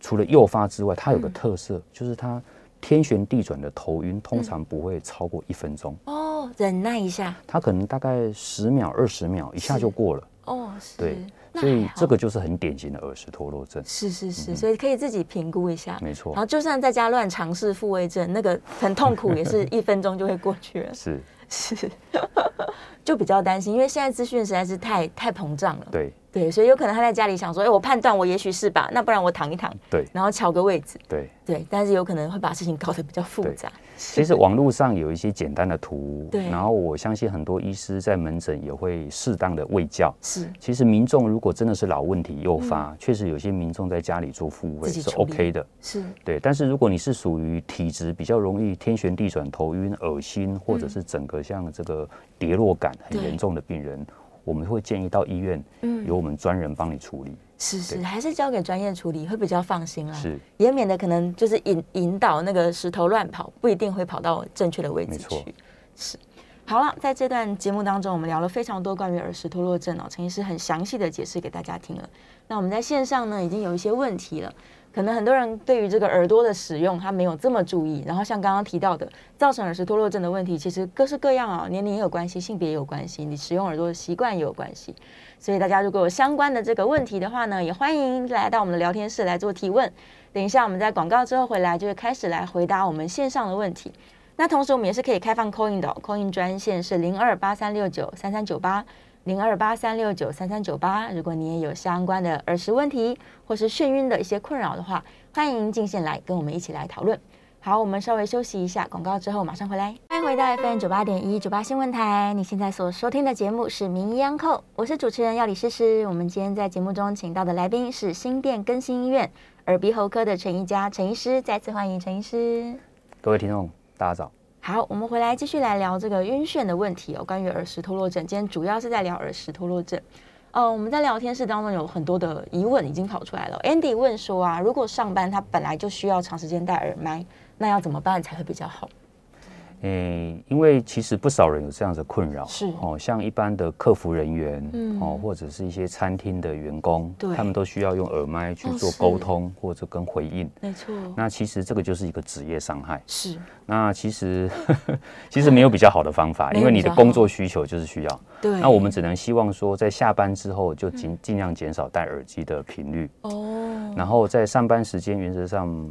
Speaker 2: 除了诱发之外，它有个特色，
Speaker 1: 嗯
Speaker 2: 就是它天旋地转的头晕，通常不会超过一分钟。
Speaker 1: 哦，忍耐一下，
Speaker 2: 它可能大概十秒、二十秒一下
Speaker 1: 是
Speaker 2: 就过了，
Speaker 1: 哦，是，
Speaker 2: 对
Speaker 1: 那
Speaker 2: 所以
Speaker 1: 还好
Speaker 2: 这个就是很典型的耳石脱落症，
Speaker 1: 是是是，所以可以自己评估一下。
Speaker 2: 嗯没错
Speaker 1: 然后就算在家乱尝试复位症，那个很痛苦，也 是一分钟就会过去了。
Speaker 2: 是
Speaker 1: 是，就比较担心，因为现在资讯实在是太太膨胀了。
Speaker 2: 对
Speaker 1: 对，所以有可能他在家里想说，哎，我判断我也许是吧，那不然我躺一躺，
Speaker 2: 对
Speaker 1: 然后瞧个位置。
Speaker 2: 对。
Speaker 1: 对，但是有可能会把事情搞得比较复
Speaker 2: 对
Speaker 1: 杂。
Speaker 2: 其实网络上有一些简单的图，
Speaker 1: 对
Speaker 2: 然后我相信很多医师在门诊也会适当的喂教。
Speaker 1: 是
Speaker 2: 其实民众如果真的是老问题诱发，确实有些民众在家里做复位
Speaker 1: 嗯自己
Speaker 2: 是
Speaker 1: 处理
Speaker 2: OK 的，
Speaker 1: 是，
Speaker 2: 对，但是如果你是属于体质比较容易天旋地转、头晕、恶心，
Speaker 1: 嗯
Speaker 2: 或者是整个像这个跌落感很
Speaker 1: 对嗯
Speaker 2: 严重的病人，我们会建议到医院，由我们专人帮你处理。
Speaker 1: 是是，还是交给专业处理会比较放心啦。
Speaker 2: 是，
Speaker 1: 也免得可能就是引引导那个石头乱跑，不一定会跑到正确的位置
Speaker 2: 没错
Speaker 1: 去。是。好了，在这段节目当中，我们聊了非常多关于耳石脱落症哦，陈医师很详细的解释给大家听了。那我们在线上呢，已经有一些问题了，可能很多人对于这个耳朵的使用，他没有这么注意。然后像刚刚提到的，造成耳石脱落症的问题，其实各式各样啊、年龄也有关系，性别也有关系，你使用耳朵的习惯也有关系。所以大家如果有相关的这个问题的话呢，也欢迎来到我们的聊天室来做提问。等一下我们在广告之后回来，就会开始来回答我们线上的问题。那同时我们也是可以开放 coin 的、哦、，coin 专线是零二八三六九三三九八零二八三六九三三九八。如果你也有相关的耳石问题或是眩晕的一些困扰的话，欢迎进线来跟我们一起来讨论。好，我们稍微休息一下，广告之后马上回来。欢迎回到 FM 九八点一九八新闻台，你现在所收听的节目是《名医央叩》，我是主持人药理诗诗。我们今天在节目中请到的来宾是新店更新医院耳鼻喉科的陈一家陈医师，再次欢迎陈医师。
Speaker 2: 各位听众，大家早。
Speaker 1: 好，我们回来继续来聊这个晕眩的问题哦。关于耳石脱落症，今天主要是在聊耳石脱落症。呃，我们在聊天室当中有很多的疑问已经跑出来了。Andy 问说啊，如果上班他本来就需要长时间戴耳麦，那要怎么办才会比较好？
Speaker 2: 诶、因为其实不少人有这样的困扰，
Speaker 1: 是
Speaker 2: 哦，像一般的客服人员，
Speaker 1: 嗯
Speaker 2: 哦，或者是一些餐厅的员工，
Speaker 1: 对
Speaker 2: 他们都需要用耳麦去
Speaker 1: 哦
Speaker 2: 做
Speaker 1: 是
Speaker 2: 沟通、或者跟回应。
Speaker 1: 没错，
Speaker 2: 那其实这个就是一个职业伤害。
Speaker 1: 是
Speaker 2: 那其实 其实没有比较好的方法，
Speaker 1: 没有
Speaker 2: 因为你
Speaker 1: 比
Speaker 2: 的
Speaker 1: 较好
Speaker 2: 工作需求就是需要。
Speaker 1: 对。嗯
Speaker 2: 那我们只能希望说，在下班之后就尽尽量减少戴耳机的频率，
Speaker 1: 哦，
Speaker 2: 然后在上班时间原则上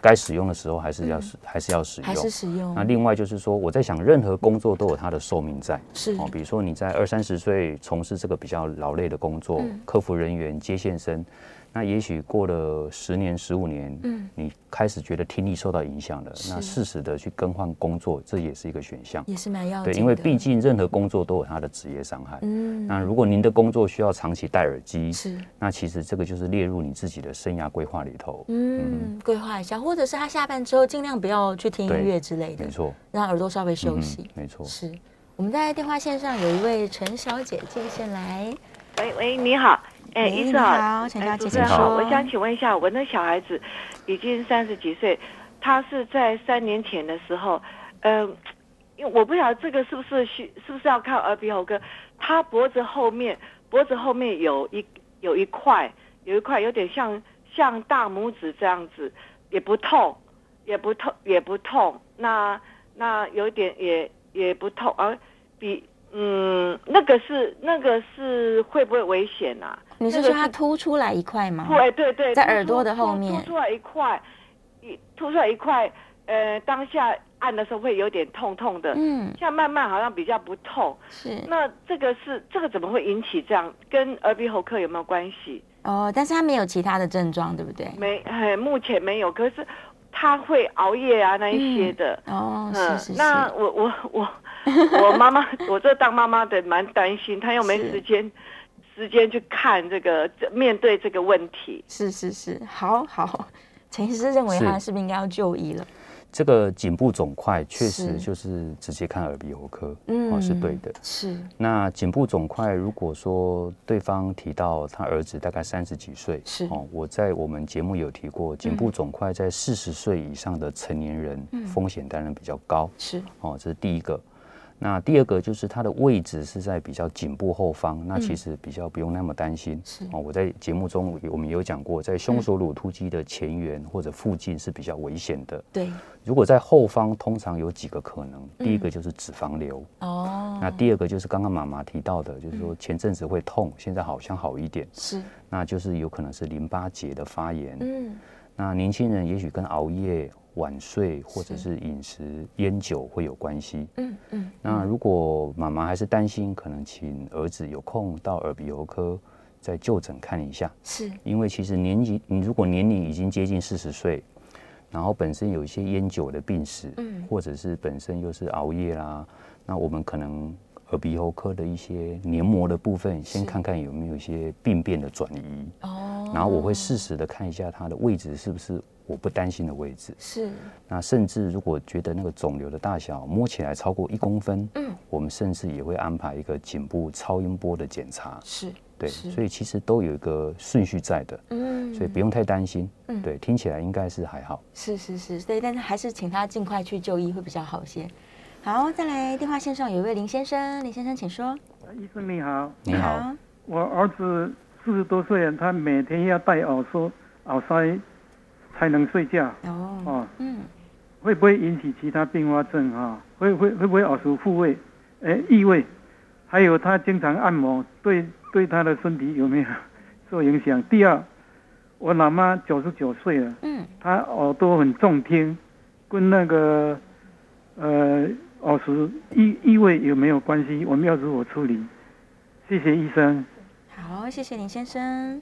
Speaker 2: 该使用的时候还是要使还是要使
Speaker 1: 嗯还是
Speaker 2: 用。
Speaker 1: 使用
Speaker 2: 那另外就是说，我在想，任何工作都有它的寿命在
Speaker 1: 是
Speaker 2: 哦。比如说你在二三十岁从事这个比较劳累的工作，
Speaker 1: 嗯
Speaker 2: 客服人员、接线生，那也许过了十年、十五年，嗯，你开始觉得听力受到影响了，那适时的去更换工作，这也是一个选项。
Speaker 1: 也是蛮要
Speaker 2: 对，
Speaker 1: 紧的，
Speaker 2: 因为毕竟任何工作都有它的职业伤害。
Speaker 1: 嗯
Speaker 2: 那如果您的工作需要长期戴耳机，
Speaker 1: 是
Speaker 2: 那其实这个就是列入你自己的生涯规划里头。
Speaker 1: 嗯规划一下，或者是他下班之后尽量不要去听音
Speaker 2: 对
Speaker 1: 乐之类的
Speaker 2: 没，错，
Speaker 1: 让耳朵稍微休
Speaker 2: 嗯
Speaker 1: 息。
Speaker 2: 没错。
Speaker 1: 是我们在电话线上有一位陈小姐进线来，
Speaker 3: 喂喂，你好，哎，
Speaker 1: 喂
Speaker 3: 医
Speaker 1: 你
Speaker 3: 生
Speaker 1: 好
Speaker 3: 哎
Speaker 1: 陈小姐
Speaker 3: 主持人
Speaker 2: 请
Speaker 3: 好，
Speaker 1: 说
Speaker 3: 我想请问一下，我那小孩子已经三十几岁，他是在三年前的时候，嗯、因为我不晓得这个是不是需是不是要看耳鼻喉科，他脖子后面脖子后面有一有一块有一块有点像像大拇指这样子，也不痛，也不痛也不痛，那那有一点也也不痛，而、比嗯，那个是那个是会不会危险啊？
Speaker 1: 你是
Speaker 3: 那个
Speaker 1: 说它凸出来一块吗？
Speaker 3: 对对对，
Speaker 1: 在
Speaker 3: 凸
Speaker 1: 耳朵
Speaker 3: 出
Speaker 1: 的后
Speaker 3: 凸
Speaker 1: 面
Speaker 3: 凸出来一块，一凸出来一块，呃，当下按的时候会有点痛痛的，
Speaker 1: 嗯，
Speaker 3: 现在慢慢好像比较不痛。
Speaker 1: 是
Speaker 3: 那这个是这个怎么会引起这样？跟耳鼻喉科有没有关系？
Speaker 1: 哦，但是他没有其他的症状，对不对？
Speaker 3: 没，呃目前没有。可是他会熬夜啊那一些的。
Speaker 1: 哦，
Speaker 3: 嗯
Speaker 1: 是是是，
Speaker 3: 那我我 我我妈妈，我这当妈妈的蛮担心，她又没
Speaker 1: 是
Speaker 3: 时间时间去看这个这面对这个问题。
Speaker 1: 是是是，好好。 陈医师认为他
Speaker 2: 是
Speaker 1: 是不是应该要就医了？
Speaker 2: 这个颈部肿块确
Speaker 1: 是
Speaker 2: 实就是直接看耳鼻喉科，
Speaker 1: 嗯
Speaker 2: 哦是对的。
Speaker 1: 是
Speaker 2: 那颈部肿块，如果说对方提到他儿子大概三十几岁，
Speaker 1: 是嗯
Speaker 2: 哦，我在我们节目有提过，颈部肿块在四十岁以上的成年人、
Speaker 1: 嗯
Speaker 2: 风险当然比较高，
Speaker 1: 是，
Speaker 2: 哦，这是第一个。那第二个就是它的位置是在比较颈部后方，那其实比较不用那么担心。
Speaker 1: 嗯是嗯
Speaker 2: 哦，我在节目中我们有讲过，在胸锁乳突肌的前缘或者附近是比较危险的。
Speaker 1: 对，
Speaker 2: 如果在后方，通常有几个可能，第一个就是脂肪瘤，
Speaker 1: 嗯哦，嗯
Speaker 2: 那第二个就是刚刚妈妈提到的，就是说前阵子会痛，现在好像好一点，
Speaker 1: 是，
Speaker 2: 那就是有可能是淋巴结的发炎。
Speaker 1: 嗯，
Speaker 2: 那年轻人也许跟熬夜、晚睡或者
Speaker 1: 是
Speaker 2: 是饮食、烟酒会有关系。
Speaker 1: 嗯嗯，
Speaker 2: 那如果妈妈还是担心，可能请儿子有空到耳鼻喉科再就诊看一下，
Speaker 1: 是
Speaker 2: 因为其实年纪，你如果年龄已经接近四十岁，然后本身有一些烟酒的病史，
Speaker 1: 嗯
Speaker 2: 或者是本身又是熬夜啦，那我们可能耳鼻喉科的一些黏膜的部分，先看看有没有一些病变的转移，
Speaker 1: 哦，
Speaker 2: 然后我会适时的看一下它的位置是不是我不担心的位置。
Speaker 1: 是
Speaker 2: 那甚至如果觉得那个肿瘤的大小摸起来超过一公分，
Speaker 1: 嗯，
Speaker 2: 我们甚至也会安排一个颈部超音波的检查，
Speaker 1: 是，
Speaker 2: 对，
Speaker 1: 是
Speaker 2: 所以其实都有一个顺序在的，
Speaker 1: 嗯
Speaker 2: 所以不用太担心，
Speaker 1: 嗯
Speaker 2: 对，听起来应该是还好。
Speaker 1: 是是是，对，但是还是请他尽快去就医会比较好些。好，再来电话线上有一位林先生，林先生请说。
Speaker 4: 医生你好，
Speaker 1: 嗯
Speaker 2: 你好，，
Speaker 4: 我儿子四十多岁了，他每天要戴耳塞，耳塞才能睡觉
Speaker 1: 哦，
Speaker 4: 哦，
Speaker 1: 嗯，
Speaker 4: 会不会引起其他并发症啊、会会会不会耳熟复位，呃，异味？还有他经常按摩，对对他的身体有没有 受影响？第二，我老妈九十九岁了，
Speaker 1: 嗯，
Speaker 4: 她耳朵很重听，跟那个呃耳石异异味有没有关系？我们要如何处理？谢谢医生。
Speaker 1: 好，谢谢林先生。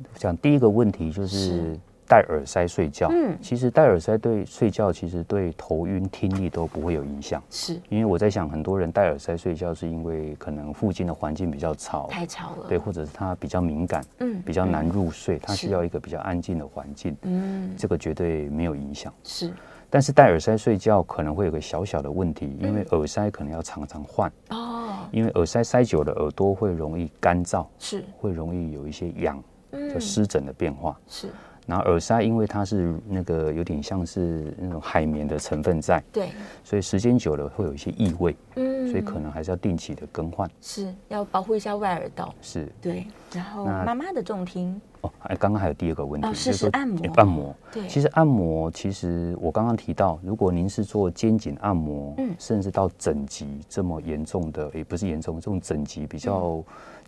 Speaker 2: 我想第一个问题就是
Speaker 1: 是
Speaker 2: 戴耳塞睡觉，
Speaker 1: 嗯
Speaker 2: 其实戴耳塞对睡觉其实对头晕、听力都不会有影响。
Speaker 1: 是
Speaker 2: 因为我在想，很多人戴耳塞睡觉是因为可能附近的环境比较吵，
Speaker 1: 太吵了，
Speaker 2: 对，，或者是他比较敏感，
Speaker 1: 嗯，
Speaker 2: 比较难入睡，他
Speaker 1: 是
Speaker 2: 需要一个比较安静的环境，
Speaker 1: 嗯，
Speaker 2: 这个绝对没有影响。
Speaker 1: 是
Speaker 2: 但是戴耳塞睡觉可能会有个小小的问题，
Speaker 1: 嗯
Speaker 2: 因为耳塞可能要常常换，
Speaker 1: 哦，
Speaker 2: 因为耳塞塞久了，耳朵会容易干燥，
Speaker 1: 是，
Speaker 2: 会容易有一些痒，
Speaker 1: 嗯
Speaker 2: 就，湿疹的变化。
Speaker 1: 是，
Speaker 2: 然后耳塞因为它是那个有点像是那种海绵的成分在，
Speaker 1: 对，
Speaker 2: 所以时间久了会有一些异味，
Speaker 1: 嗯，
Speaker 2: 所以可能还是要定期的更换。
Speaker 1: 是要保护一下外耳道。
Speaker 2: 是
Speaker 1: 对，然后
Speaker 2: 那
Speaker 1: 妈妈的重听，
Speaker 2: 哦，哎，刚刚还有第二个问题，
Speaker 1: 哦是是按摩
Speaker 2: 哎按摩。
Speaker 1: 对，
Speaker 2: 其实按摩，其实我刚刚提到，如果您是做肩颈按摩，
Speaker 1: 嗯
Speaker 2: 甚至到整脊这么严重的，也不是严重，这种整脊比较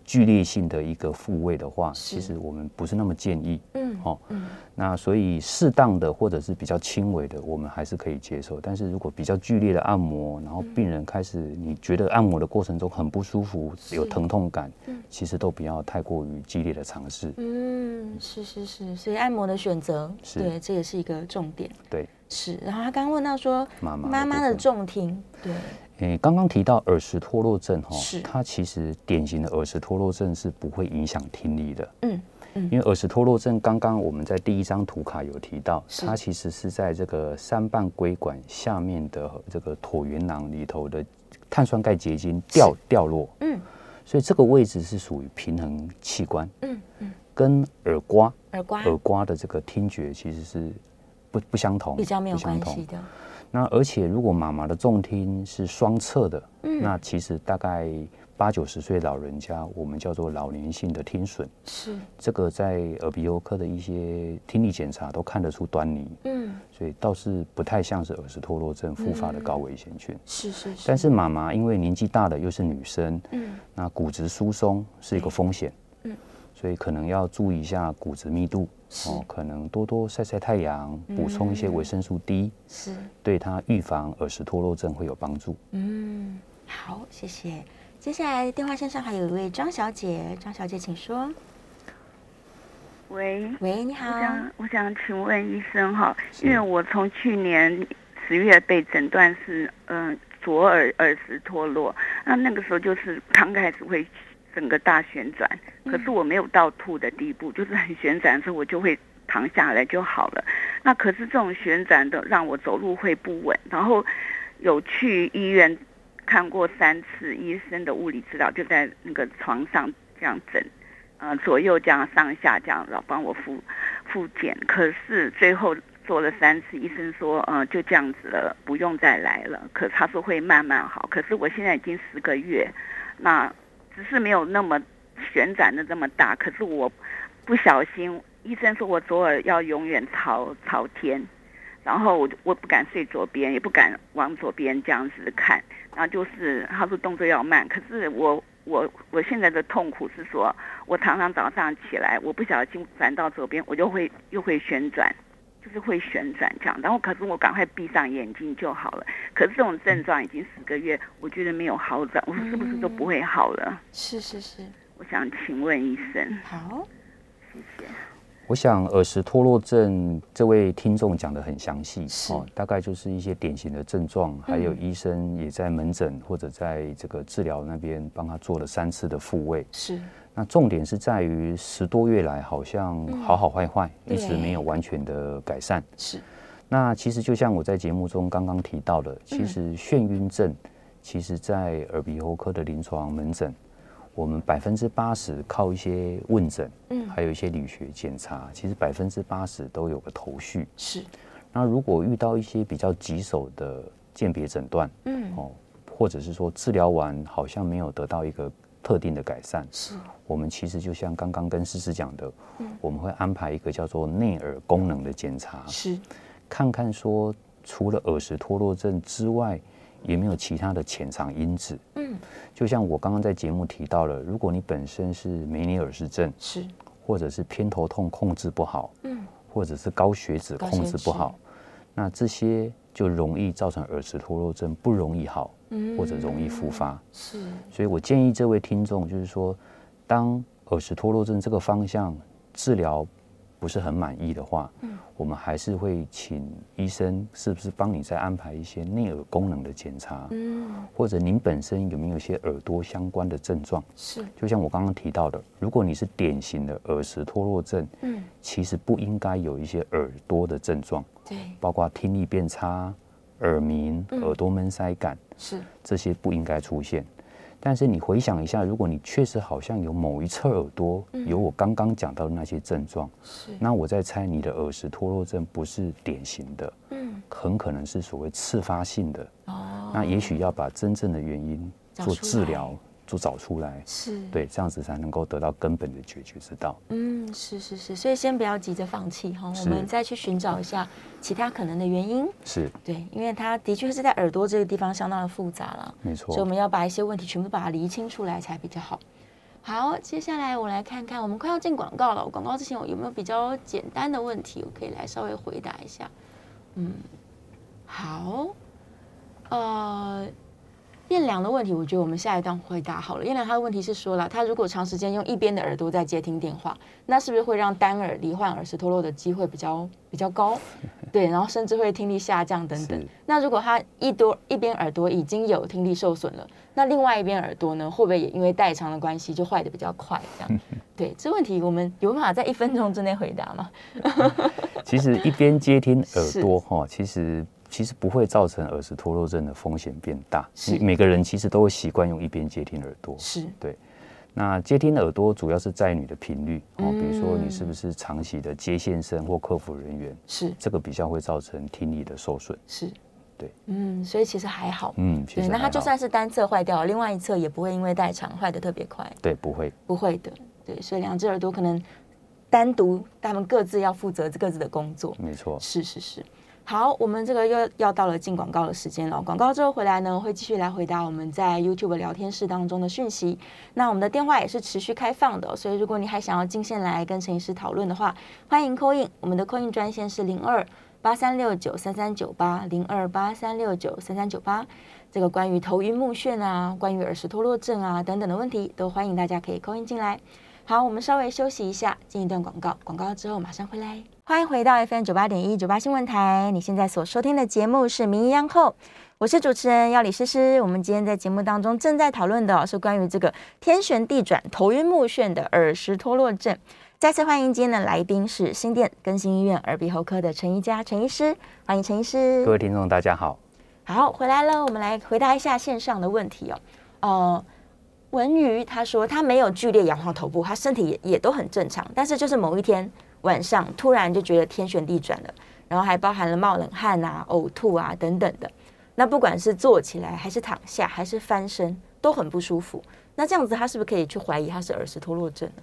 Speaker 2: 剧烈性的一个复位的话，
Speaker 1: 嗯是
Speaker 2: 其实我们不是那么建议。
Speaker 1: 嗯，
Speaker 2: 哦，
Speaker 1: 嗯，
Speaker 2: 那所以适当的或者是比较轻微的，我们还是可以接受。但是如果比较剧烈的按摩，然后
Speaker 1: 嗯
Speaker 2: 病人开始你觉得按摩的过程中很不舒服，有疼痛感，其实都不要太过于激烈的尝试。
Speaker 1: 嗯，是是是，所以按摩的选择，
Speaker 2: 是
Speaker 1: 对，这也是一个重点。
Speaker 2: 对，
Speaker 1: 是，然后他刚刚问到说，
Speaker 2: 妈妈的
Speaker 1: 妈妈
Speaker 2: 部
Speaker 1: 的
Speaker 2: 分
Speaker 1: 重听，对，
Speaker 2: 诶，刚刚提到耳石脱落症哈
Speaker 1: 是，
Speaker 2: 它其实典型的耳石脱落症是不会影响听力的，
Speaker 1: 嗯，
Speaker 2: 因为耳石脱落症刚刚我们在第一张图卡有提到，
Speaker 1: 是
Speaker 2: 它其实是在这个三瓣规管下面的这个椭圆囊里头的碳酸钙结晶掉掉落，
Speaker 1: 嗯，
Speaker 2: 所以这个位置是属于平衡器官，
Speaker 1: 嗯嗯，啊
Speaker 2: 跟耳刮、
Speaker 1: 耳刮
Speaker 2: 耳刮的这个听觉其实是不不相同，
Speaker 1: 比较没有
Speaker 2: 不相
Speaker 1: 关
Speaker 2: 同
Speaker 1: 系的，
Speaker 2: 那而且如果妈妈的重听是双侧的，
Speaker 1: 嗯
Speaker 2: 那其实大概八九十岁老人家，我们叫做老年性的听损，
Speaker 1: 是，
Speaker 2: 这个在耳鼻喉科的一些听力检查都看得出端倪，
Speaker 1: 嗯，
Speaker 2: 所以倒是不太像是耳石脱落症复发的高危险群。
Speaker 1: 嗯是是是，
Speaker 2: 但是妈妈因为年纪大了，又是女生，
Speaker 1: 嗯，
Speaker 2: 那骨质疏松是一个风险，
Speaker 1: 嗯
Speaker 2: 所以可能要注意一下骨质密度哦，可能多多晒晒太阳，
Speaker 1: 嗯
Speaker 2: 补充一些维生素 D，、
Speaker 1: 是，
Speaker 2: 对它预防耳石脱落症会有帮助。
Speaker 1: 嗯，好，谢谢。接下来电话线上还有一位张小姐，张小姐请说。
Speaker 5: 喂，
Speaker 1: 喂，你好
Speaker 5: 我，想我想请问医生哈，
Speaker 2: 是
Speaker 5: 因为我从去年十月被诊断是嗯、呃左耳耳石脱落，那那个时候就是刚开始会整个大旋转，
Speaker 1: 嗯
Speaker 5: 可是我没有到吐的地步，就是很旋转的时候我就会躺下来就好了。那可是这种旋转的让我走路会不稳，然后有去医院看过三次医生的物理治疗，就在那个床上这样整，呃左右这样上下这样，老帮我复复检。可是最后做了三次，医生说，呃就这样子了，不用再来了。可他说会慢慢好，可是我现在已经十个月，那只是没有那么旋转的这么大，可是我不小心，医生说我左耳要永远朝朝天。然后我就我不敢睡左边，也不敢往左边这样子看，然后就是他说动作要慢，可是我我我现在的痛苦是说，我常常早上起来，我不小心转到左边，我就会又会旋转，就是会旋转这样，然后可是我赶快闭上眼睛就好了，可是这种症状已经十个月，我觉得没有好转，我说是不是都不会好了？
Speaker 1: 是是是，
Speaker 5: 我想请问医
Speaker 1: 嗯
Speaker 5: 生，
Speaker 1: 好，
Speaker 5: 谢谢。
Speaker 2: 我想耳石脱落症这位听众讲得很详细哦
Speaker 1: 是，
Speaker 2: 大概就是一些典型的症状，还有医生也在门诊或者在这个治疗那边帮他做了三次的复位。
Speaker 1: 是
Speaker 2: 那重点是在于十多月来好像好好坏坏、
Speaker 1: 嗯对
Speaker 2: 一直没有完全的改善。
Speaker 1: 是，
Speaker 2: 那其实就像我在节目中刚刚提到的，
Speaker 1: 嗯
Speaker 2: 其实眩晕症，其实在耳鼻喉科的临床门诊，我们百分之八十靠一些问诊，
Speaker 1: 嗯
Speaker 2: 还有一些理学检查，其实百分之八十都有个头绪。
Speaker 1: 是，
Speaker 2: 那如果遇到一些比较棘手的鉴别诊断，
Speaker 1: 嗯
Speaker 2: 哦，或者是说治疗完好像没有得到一个特定的改善，
Speaker 1: 是，
Speaker 2: 我们其实就像刚刚跟思思讲的，
Speaker 1: 嗯
Speaker 2: 我们会安排一个叫做内耳功能的检查，
Speaker 1: 是
Speaker 2: 看看说除了耳石脱落症之外，有没有其他的潜藏因子。
Speaker 1: 嗯
Speaker 2: 就像我刚刚在节目提到了，如果你本身是梅尼尔氏症，
Speaker 1: 是，
Speaker 2: 或者是偏头痛控制不好，
Speaker 1: 嗯
Speaker 2: 或者是高血脂控制不好，那这些就容易造成耳石脱落症不容易好，
Speaker 1: 嗯
Speaker 2: 或者容易复发。
Speaker 1: 是
Speaker 2: 所以我建议这位听众，就是说，当耳石脱落症这个方向治疗不是很满意的话，
Speaker 1: 嗯
Speaker 2: 我们还是会请医生是不是帮你再安排一些内耳功能的检查，
Speaker 1: 嗯
Speaker 2: 或者您本身有没有一些耳朵相关的症状？
Speaker 1: 是，
Speaker 2: 就像我刚刚提到的，如果你是典型的耳石脱落症，
Speaker 1: 嗯
Speaker 2: 其实不应该有一些耳朵的症状，
Speaker 1: 对嗯
Speaker 2: 包括听力变差、耳鸣、耳朵闷塞感。
Speaker 1: 是
Speaker 2: 这些不应该出现。但是你回想一下，如果你确实好像有某一侧耳朵、
Speaker 1: 嗯
Speaker 2: 有我刚刚讲到的那些症状，
Speaker 1: 是，
Speaker 2: 那我在猜你的耳石脱落症不是典型的，
Speaker 1: 嗯
Speaker 2: 很可能是所谓次发性的。
Speaker 1: 哦
Speaker 2: 那也许要把真正的原因
Speaker 1: 找
Speaker 2: 做
Speaker 1: 出
Speaker 2: 治
Speaker 1: 来
Speaker 2: 疗，做找出来，
Speaker 1: 是，
Speaker 2: 对，这样子才能够得到根本的解决之道。
Speaker 1: 嗯是是是，所以先不要急着放弃哈，我
Speaker 2: 是
Speaker 1: 们再去寻找一下其他可能的原因。
Speaker 2: 是，
Speaker 1: 对，因为它的确是在耳朵这个地方相当的复杂了，
Speaker 2: 没
Speaker 1: 所以我
Speaker 2: 错。
Speaker 1: 们要把一些问题全部把它厘清出来才比较好。好，接下来我来看看，我们快要进广告了。广告之前我有没有比较简单的问题，我可以来稍微回答一下？嗯，好，呃，燕良的问题，我觉得我们下一段回答好了。燕良他的问题是说了，他如果长时间用一边的耳朵在接听电话，那是不是会让单耳罹患耳石脱落的机会比较比较高？对，然后甚至会听力下降等等
Speaker 2: 是。
Speaker 1: 那如果他一多一边耳朵已经有听力受损了，那另外一边耳朵呢，会不会也因为代偿的关系就坏的比较快？这样，对这问题我们有办法在一分钟之内回答吗？
Speaker 2: 其实一边接听
Speaker 1: 是
Speaker 2: 耳朵哈，其实其实不会造成耳石脱落症的风险变大。
Speaker 1: 是
Speaker 2: 你每个人其实都会习惯用一边接听耳朵。
Speaker 1: 是
Speaker 2: 那接听耳朵主要是在你的频率哦，比如说
Speaker 1: 嗯
Speaker 2: 你是不是长期的接线生或客服人员，
Speaker 1: 是
Speaker 2: 这个比较会造成听力的受损。
Speaker 1: 是，
Speaker 2: 对，
Speaker 1: 嗯，所以其实还好。
Speaker 2: 嗯，其
Speaker 1: 对，
Speaker 2: 实
Speaker 1: 那它
Speaker 2: 还
Speaker 1: 就
Speaker 2: 好
Speaker 1: 算是单侧坏掉了，另外一侧也不会因为代偿坏的特别快，
Speaker 2: 对不会
Speaker 1: 不会的。对，所以两只耳朵可能单独他们各自要负责各自的工作。
Speaker 2: 没错，
Speaker 1: 是是是。好，我们这个又要到了进广告的时间了。广告之后回来呢，我会继续来回答我们在 YouTube 聊天室当中的讯息。那我们的电话也是持续开放的哦，所以如果你还想要进线来跟陈医师讨论的话，欢迎 call in。我们的 call in 专线是零二八三六九三三九八零二八三六九三三九八。这个关于头晕目眩啊，关于耳石脱落症啊等等的问题，都欢迎大家可以 call in 进来。好，我们稍微休息一下，进一段广告。广告之后马上回来。欢迎回到 FM 九八点一九八新闻台，你现在所收听的节目是《名医央后》，我是主持人要李诗诗。我们今天在节目当中正在讨论的哦是关于这个天旋地转、头晕目眩的耳石脱落症。再次欢迎今天的来宾是新店更新医院耳鼻喉科的陈一佳陈医师，欢迎陈医师。
Speaker 2: 各位听众，大家好。
Speaker 1: 好，回来了，我们来回答一下线上的问题哦。呃，文瑜他说他没有剧烈摇晃头部，他身体也也都很正常，但是就是某一天晚上突然就觉得天旋地转了，然后还包含了冒冷汗啊、呕吐啊等等的。那不管是坐起来，还是躺下，还是翻身，都很不舒服。那这样子，他是不是可以去怀疑他是耳石脱落症呢？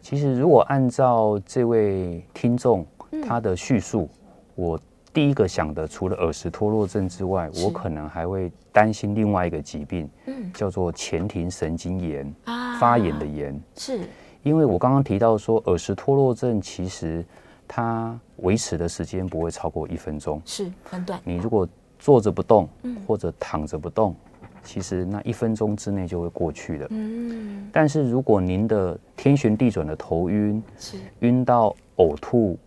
Speaker 2: 其实如果按照这位听众
Speaker 1: 嗯
Speaker 2: 他的叙述，我第一个想的除了耳石脱落症之外，
Speaker 1: 是
Speaker 2: 我可能还会担心另外一个疾病，
Speaker 1: 嗯
Speaker 2: 叫做前庭神经炎
Speaker 1: 啊
Speaker 2: 发炎的炎。
Speaker 1: 是
Speaker 2: 因为我刚刚提到说，耳石脱落症其实它维持的时间不会超过一分钟。
Speaker 1: 是很短，
Speaker 2: 你如果坐着不动，或者躺着不动，其实那一分钟之内就会过去的。
Speaker 1: 嗯，
Speaker 2: 但是如果您的天旋地转的头晕，
Speaker 1: 是
Speaker 2: 晕到呕吐、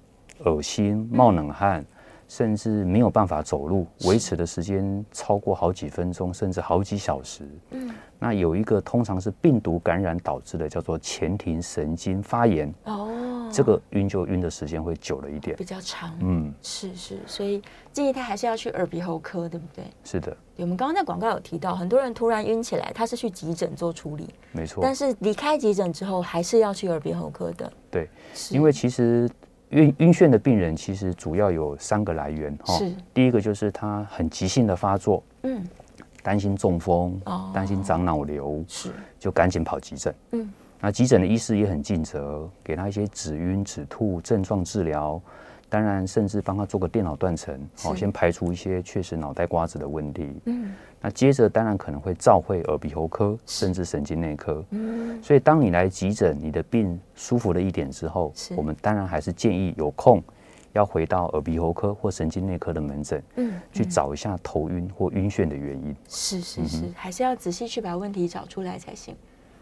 Speaker 2: 恶心、冒冷汗，甚至没有办法走路，维持的时间超过好几分钟，甚至好几小时。嗯，那有一个通常是病毒感染导致的，叫做前庭神经发炎，
Speaker 1: 哦，
Speaker 2: 这个晕就晕的时间会久了一点
Speaker 1: 比。较长，
Speaker 2: 嗯，
Speaker 1: 是是，所以建议他还是要去耳鼻喉科，对不对？
Speaker 2: 是的，
Speaker 1: 对我们刚刚在广告有提到，很多人突然晕起来，他是去急诊做处理，
Speaker 2: 没错。
Speaker 1: 但是离开急诊之后，还是要去耳鼻喉科的。
Speaker 2: 对，
Speaker 1: 是
Speaker 2: 因为其实晕晕眩的病人其实主要有三个来源哈
Speaker 1: 是
Speaker 2: 第一个就是他很急性的发作，
Speaker 1: 嗯
Speaker 2: 担心中风，
Speaker 1: 哦
Speaker 2: 担心长脑瘤，
Speaker 1: 是
Speaker 2: 就赶紧跑急诊。
Speaker 1: 嗯，
Speaker 2: 那急诊的医师也很尽责，给他一些止晕、止吐、症状治疗，当然甚至帮他做个电脑断层，哦
Speaker 1: 是
Speaker 2: 先排除一些确实脑袋瓜子的问题。
Speaker 1: 嗯
Speaker 2: 那接着当然可能会召会耳鼻喉科，甚至神经内科。
Speaker 1: 嗯
Speaker 2: 所以，当你来急诊，你的病舒服了一点之后
Speaker 1: 是，
Speaker 2: 我们当然还是建议有空要回到耳鼻喉科或神经内科的门诊，
Speaker 1: 嗯
Speaker 2: 去找一下头晕或晕眩的原因。
Speaker 1: 是是是，还是要仔细去把问题找出来才行。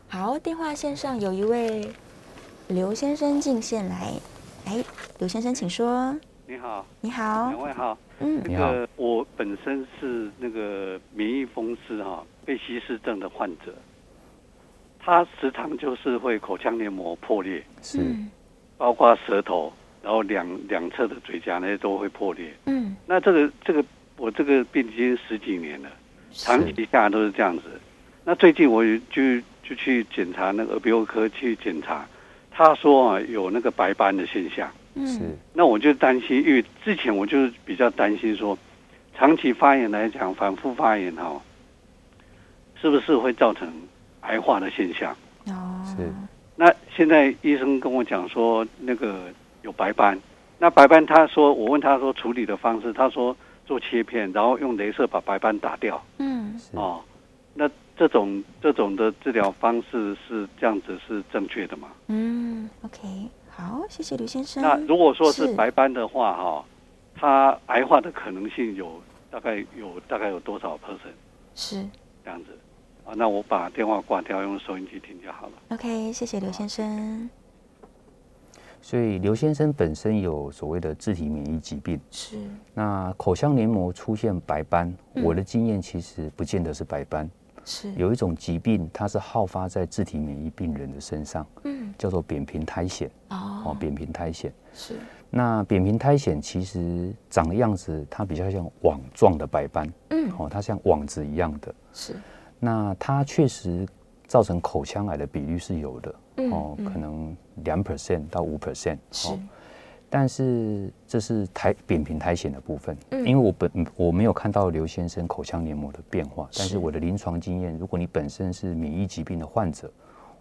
Speaker 1: 好，电话线上有一位刘先生进线来，哎，刘先生请说，
Speaker 6: 你好，
Speaker 1: 你好
Speaker 6: 两，位好。
Speaker 1: 嗯
Speaker 2: 你
Speaker 6: 那
Speaker 2: 好
Speaker 6: 个我本身是那个免疫风湿哈、被稀释症的患者，他时常就是会口腔黏膜破裂，
Speaker 2: 是，
Speaker 1: 嗯
Speaker 6: 包括舌头，然后两两侧的嘴角那些都会破裂。
Speaker 1: 嗯
Speaker 6: 那这个这个我这个病已经十几年了，长期下来都是这样子。那最近我就就去检查那个耳鼻喉科去检查，他说啊有那个白斑的现象。
Speaker 2: 是
Speaker 1: 嗯，
Speaker 6: 那我就担心，因为之前我就比较担心说，长期发炎来讲，反复发炎哈、哦，是不是会造成癌化的现象？
Speaker 1: 哦
Speaker 2: 是
Speaker 6: 那现在医生跟我讲说，那个有白斑，那白斑他说，我问他说处理的方式，他说做切片，然后用镭射把白斑打掉
Speaker 1: 嗯
Speaker 2: 是
Speaker 6: 哦。那这种这种的治疗方式是这样子是正确的吗？
Speaker 1: 嗯，OK，好，谢谢刘先生。
Speaker 6: 那如果说是
Speaker 1: 是
Speaker 6: 白斑的话，哈、它癌化的可能性有大概有大概有多少 percent
Speaker 1: 是
Speaker 6: 这样子啊？那我把电话挂掉，用收音机听就好了。
Speaker 1: OK，谢谢刘先生。
Speaker 2: 所以刘先生本身有所谓的自体免疫疾病，
Speaker 1: 是嗯
Speaker 2: 那口腔黏膜出现白斑，我的经验其实不见得是白斑，
Speaker 1: 是
Speaker 2: 有一种疾病它是好发在自体免疫病人的身上，
Speaker 1: 嗯
Speaker 2: 叫做扁平苔藓哦
Speaker 1: 哦，
Speaker 2: 扁平苔藓。
Speaker 1: 是
Speaker 2: 那扁平苔藓其实长的样子，它比较像网状的白斑，
Speaker 1: 嗯
Speaker 2: 哦，它像网子一样的。
Speaker 1: 是
Speaker 2: 那它确实造成口腔癌的比率是有的，
Speaker 1: 嗯
Speaker 2: 哦，
Speaker 1: 嗯
Speaker 2: 可能两 percent 到五 percent，
Speaker 1: 是
Speaker 2: 哦，但是这是苔扁平苔藓的部分，
Speaker 1: 嗯
Speaker 2: 因为我本我没有看到刘先生口腔黏膜的变化，但
Speaker 1: 是
Speaker 2: 是我的临床经验，如果你本身是免疫疾病的患者，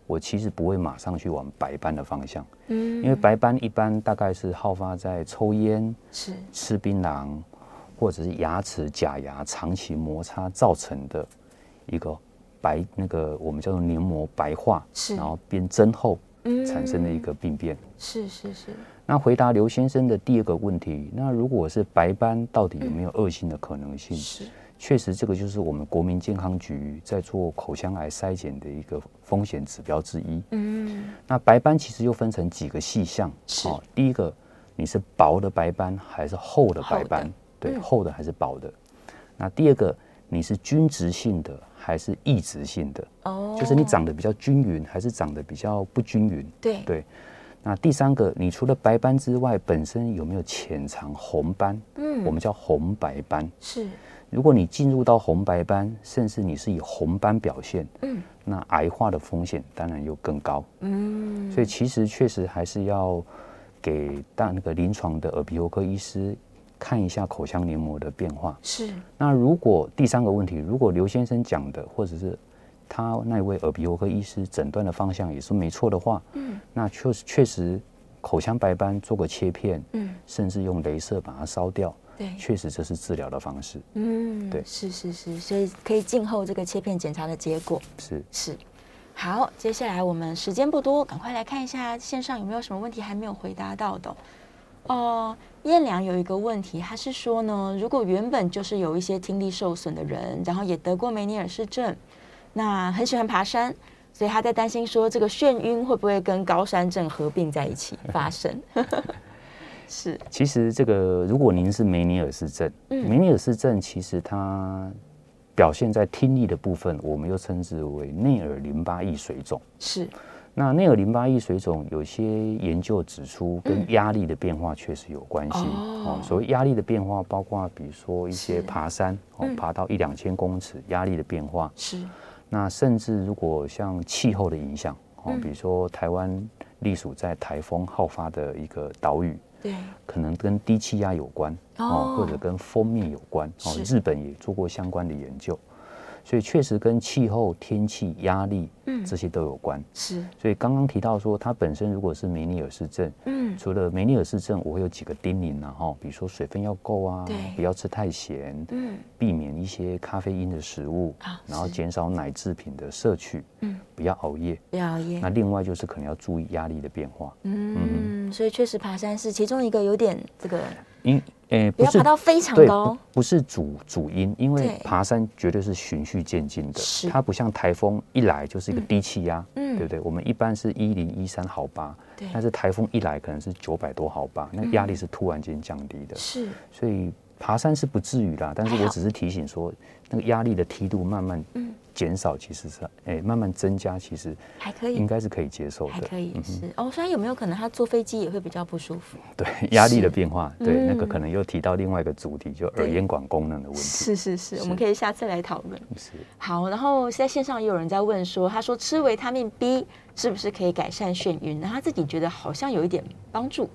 Speaker 2: 我其实不会马上去往白斑的方向，
Speaker 1: 嗯
Speaker 2: 因为白斑一般大概是好发在抽烟、
Speaker 1: 是
Speaker 2: 吃槟榔或者是牙齿、假牙长期摩擦造成的一个白那个我们叫做黏膜白化，
Speaker 1: 是
Speaker 2: 然后变增厚
Speaker 1: 嗯
Speaker 2: 产生的一个病变。
Speaker 1: 是是是，
Speaker 2: 那回答刘先生的第二个问题，那如果是白斑，到底有没有恶性的可能性？
Speaker 1: 是
Speaker 2: 确实，这个就是我们国民健康局在做口腔癌筛检的一个风险指标之一。
Speaker 1: 嗯
Speaker 2: 那白斑其实又分成几个细项，哦
Speaker 1: 是
Speaker 2: 第一个你是薄的白斑还是厚的白
Speaker 1: 厚
Speaker 2: 斑
Speaker 1: 的？
Speaker 2: 对，
Speaker 1: 嗯
Speaker 2: 厚的还是薄的？那第二个你是均值性的还是异质性的？
Speaker 1: 哦，
Speaker 2: 就是你长得比较均匀还是长得比较不均匀？
Speaker 1: 对
Speaker 2: 对。那第三个，你除了白斑之外，本身有没有潜藏红斑？
Speaker 1: 嗯
Speaker 2: 我们叫红白斑。
Speaker 1: 是
Speaker 2: 如果你进入到红白斑，甚至你是以红斑表现，
Speaker 1: 嗯
Speaker 2: 那癌化的风险当然又更高。
Speaker 1: 嗯
Speaker 2: 所以其实确实还是要给大那个临床的耳鼻喉科医师看一下口腔黏膜的变化。
Speaker 1: 是
Speaker 2: 那如果第三个问题，如果刘先生讲的，或者是他那一位耳鼻喉科医师诊断的方向也是没错的话，
Speaker 1: 嗯
Speaker 2: 那确实确实口腔白斑做个切片，
Speaker 1: 嗯
Speaker 2: 甚至用镭射把它烧掉，
Speaker 1: 对
Speaker 2: 确实这是治疗的方式。
Speaker 1: 嗯
Speaker 2: 对
Speaker 1: 是是是，所以可以静候这个切片检查的结果。
Speaker 2: 是
Speaker 1: 是。好，接下来我们时间不多，赶快来看一下线上有没有什么问题还没有回答到的哦。呃，燕良有一个问题，他是说呢，如果原本就是有一些听力受损的人，然后也得过梅尼尔氏症，那很喜欢爬山，所以他在担心说这个眩晕会不会跟高山症合并在一起发生？是，
Speaker 2: 其实这个，如果您是梅尼尔氏症，
Speaker 1: 嗯
Speaker 2: 梅尼尔氏症其实它表现在听力的部分，我们又称之为内耳淋巴液水肿。
Speaker 1: 是，
Speaker 2: 那内耳淋巴液水肿，有些研究指出跟压力的变化确实有关系。
Speaker 1: 嗯哦
Speaker 2: 所谓压力的变化，包括比如说一些
Speaker 1: 是
Speaker 2: 爬山，哦
Speaker 1: 嗯，
Speaker 2: 爬到一两千公尺，压力的变化。
Speaker 1: 是，
Speaker 2: 那甚至如果像气候的影响，
Speaker 1: 嗯
Speaker 2: 哦，比如说台湾隶属在台风好发的一个岛屿，
Speaker 1: 对，
Speaker 2: 可能跟低气压有关
Speaker 1: 哦
Speaker 2: 或者跟封面有关哦
Speaker 1: 是。
Speaker 2: 日本也做过相关的研究，所以确实跟气候、天气、压力，
Speaker 1: 嗯
Speaker 2: 这些都有关。
Speaker 1: 是，
Speaker 2: 所以刚刚提到说，它本身如果是梅尼尔氏症，
Speaker 1: 嗯，
Speaker 2: 除了梅尼尔氏症，我会有几个叮咛然、啊、后比如说水分要够啊
Speaker 1: 对，
Speaker 2: 不要吃太咸，
Speaker 1: 嗯，
Speaker 2: 避免一些咖啡因的食物
Speaker 1: 啊
Speaker 2: 然后
Speaker 1: 是
Speaker 2: 减少奶制品的摄取，
Speaker 1: 嗯，
Speaker 2: 不要熬夜。
Speaker 1: 表演
Speaker 2: 那。另外就是可能要注意压力的变化，
Speaker 1: 嗯，所以确实爬山是其中一个有点这个，
Speaker 2: 因诶、
Speaker 1: 不
Speaker 2: 不
Speaker 1: 要
Speaker 2: 是
Speaker 1: 爬到非常
Speaker 2: 对，
Speaker 1: 高
Speaker 2: 不，不是主主因，因为
Speaker 1: 哦对
Speaker 2: 爬山绝对是循序渐进的
Speaker 1: 是，
Speaker 2: 它不像台风一来就是一个
Speaker 1: 嗯
Speaker 2: 低气压，
Speaker 1: 嗯
Speaker 2: 对不对？我们一般是一零一三毫巴，
Speaker 1: 对
Speaker 2: 但是台风一来可能是九百多毫巴，那压力是突然间降低的，
Speaker 1: 是
Speaker 2: 所以爬山是不至于啦。但是
Speaker 1: 嗯还
Speaker 2: 我
Speaker 1: 好
Speaker 2: 只是提醒说，那个压力的梯度慢慢
Speaker 1: 嗯
Speaker 2: 减少，其实是哎慢慢增加，其实
Speaker 1: 还可以
Speaker 2: 应，该是可以接受
Speaker 1: 还
Speaker 2: 的，
Speaker 1: 可以是哦。虽然有没有可能他坐飞机也会比较不舒服？
Speaker 2: 对 压力的变化，对
Speaker 1: 嗯
Speaker 2: 那个可能又提到另外一个主题，就耳
Speaker 1: 对
Speaker 2: 咽管功能的问题。
Speaker 1: 是是是，我们可以下次来讨论。
Speaker 2: 是
Speaker 1: 好，然后在线上也有人在问说，他说吃维他命 B 是不是可以改善眩晕？那他自己觉得好像有一点帮助，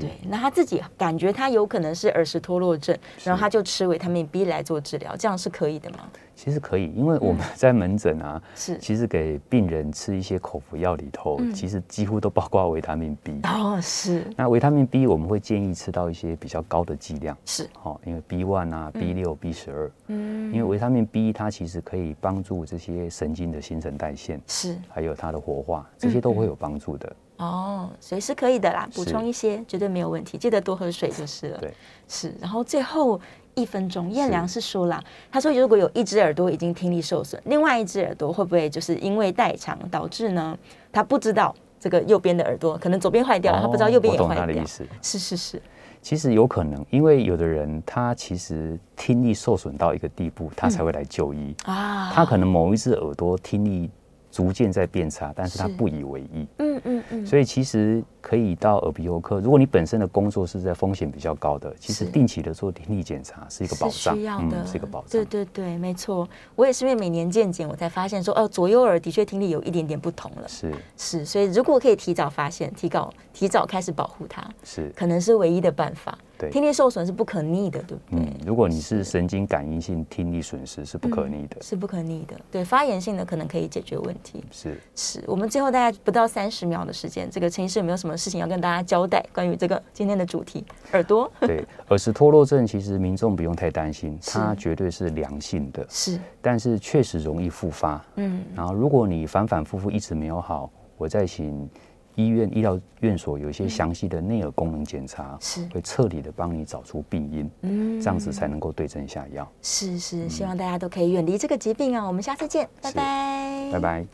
Speaker 1: 对。那他自己感觉他有可能是耳石脱落症，然后他就吃维他命 B 来做治疗，这样是可以的吗？
Speaker 2: 其实可以，因为我
Speaker 1: 嗯
Speaker 2: 们在门诊啊，
Speaker 1: 是
Speaker 2: 其实给病人吃一些口服药里头，
Speaker 1: 嗯
Speaker 2: 其实几乎都包括维他命 B。
Speaker 1: 哦，是
Speaker 2: 那维他命 B 我们会建议吃到一些比较高的剂量，
Speaker 1: 是，
Speaker 2: 哦，因为 B one 啊、B 六、B 十二，
Speaker 1: 嗯
Speaker 2: 因为维他命 B 它其实可以帮助这些神经的新陈代谢，
Speaker 1: 是。
Speaker 2: 还有它的活化，这
Speaker 1: 嗯
Speaker 2: 些都会有帮助的。
Speaker 1: 哦，所以是可以的啦，补
Speaker 2: 是
Speaker 1: 充一些绝对没有问题，记得多喝水就是了。
Speaker 2: 对，
Speaker 1: 是。然后最后一分钟，燕良是说啦，他说如果有一只耳朵已经听力受损，另外一只耳朵会不会就是因为代偿导致呢？他不知道这个右边的耳朵可能左边坏掉了，他不知道右边
Speaker 2: 哦我
Speaker 1: 也
Speaker 2: 懂
Speaker 1: 坏
Speaker 2: 他的
Speaker 1: 掉
Speaker 2: 意。思。
Speaker 1: 是是是，
Speaker 2: 其实有可能，因为有的人他其实听力受损到一个地步，他才会来就医。
Speaker 1: 嗯啊，
Speaker 2: 他可能某一只耳朵听力逐渐在变差，但是他
Speaker 1: 是
Speaker 2: 不以为意。
Speaker 1: 嗯嗯嗯，
Speaker 2: 所以其实可以到耳鼻喉科，如果你本身的工作是在风险比较高的，其实
Speaker 1: 是
Speaker 2: 定期的做听力检查是一个保
Speaker 1: 是
Speaker 2: 障，嗯
Speaker 1: 需要的，
Speaker 2: 是一个保障。
Speaker 1: 对对对，没错，我也是因为每年健检，我才发现说，哦，左右耳的确听力有一点点不同了。
Speaker 2: 是
Speaker 1: 是，所以如果可以提早发现，提早提早开始保护它，
Speaker 2: 是，
Speaker 1: 可能是唯一的办法。
Speaker 2: 对
Speaker 1: 听力受损是不可逆的，对不对？
Speaker 2: 嗯，如果你是神经感应性听力损失是不可逆的，
Speaker 1: 是不可逆的，对发炎性的可能可以解决问题。
Speaker 2: 是
Speaker 1: 是我们最后大概不到三十秒的时间，这个陈医师有没有什么事情要跟大家交代？关于这个今天的主题，耳朵
Speaker 2: 对， 耳石脱落症其实民众不用太担心，
Speaker 1: 是
Speaker 2: 它绝对是良性的，
Speaker 1: 是，
Speaker 2: 但是确实容易复发。
Speaker 1: 嗯，
Speaker 2: 然后如果你反反复复一直没有好，我再请医院医疗院所有一些详细的内耳功能检查，
Speaker 1: 嗯是
Speaker 2: 会彻底的帮你找出病因，
Speaker 1: 嗯
Speaker 2: 这样子才能够对症下药。
Speaker 1: 是是，希望大家都可以远离这个疾病啊！我们下次见，拜
Speaker 2: 是
Speaker 1: 拜，
Speaker 2: 拜。拜。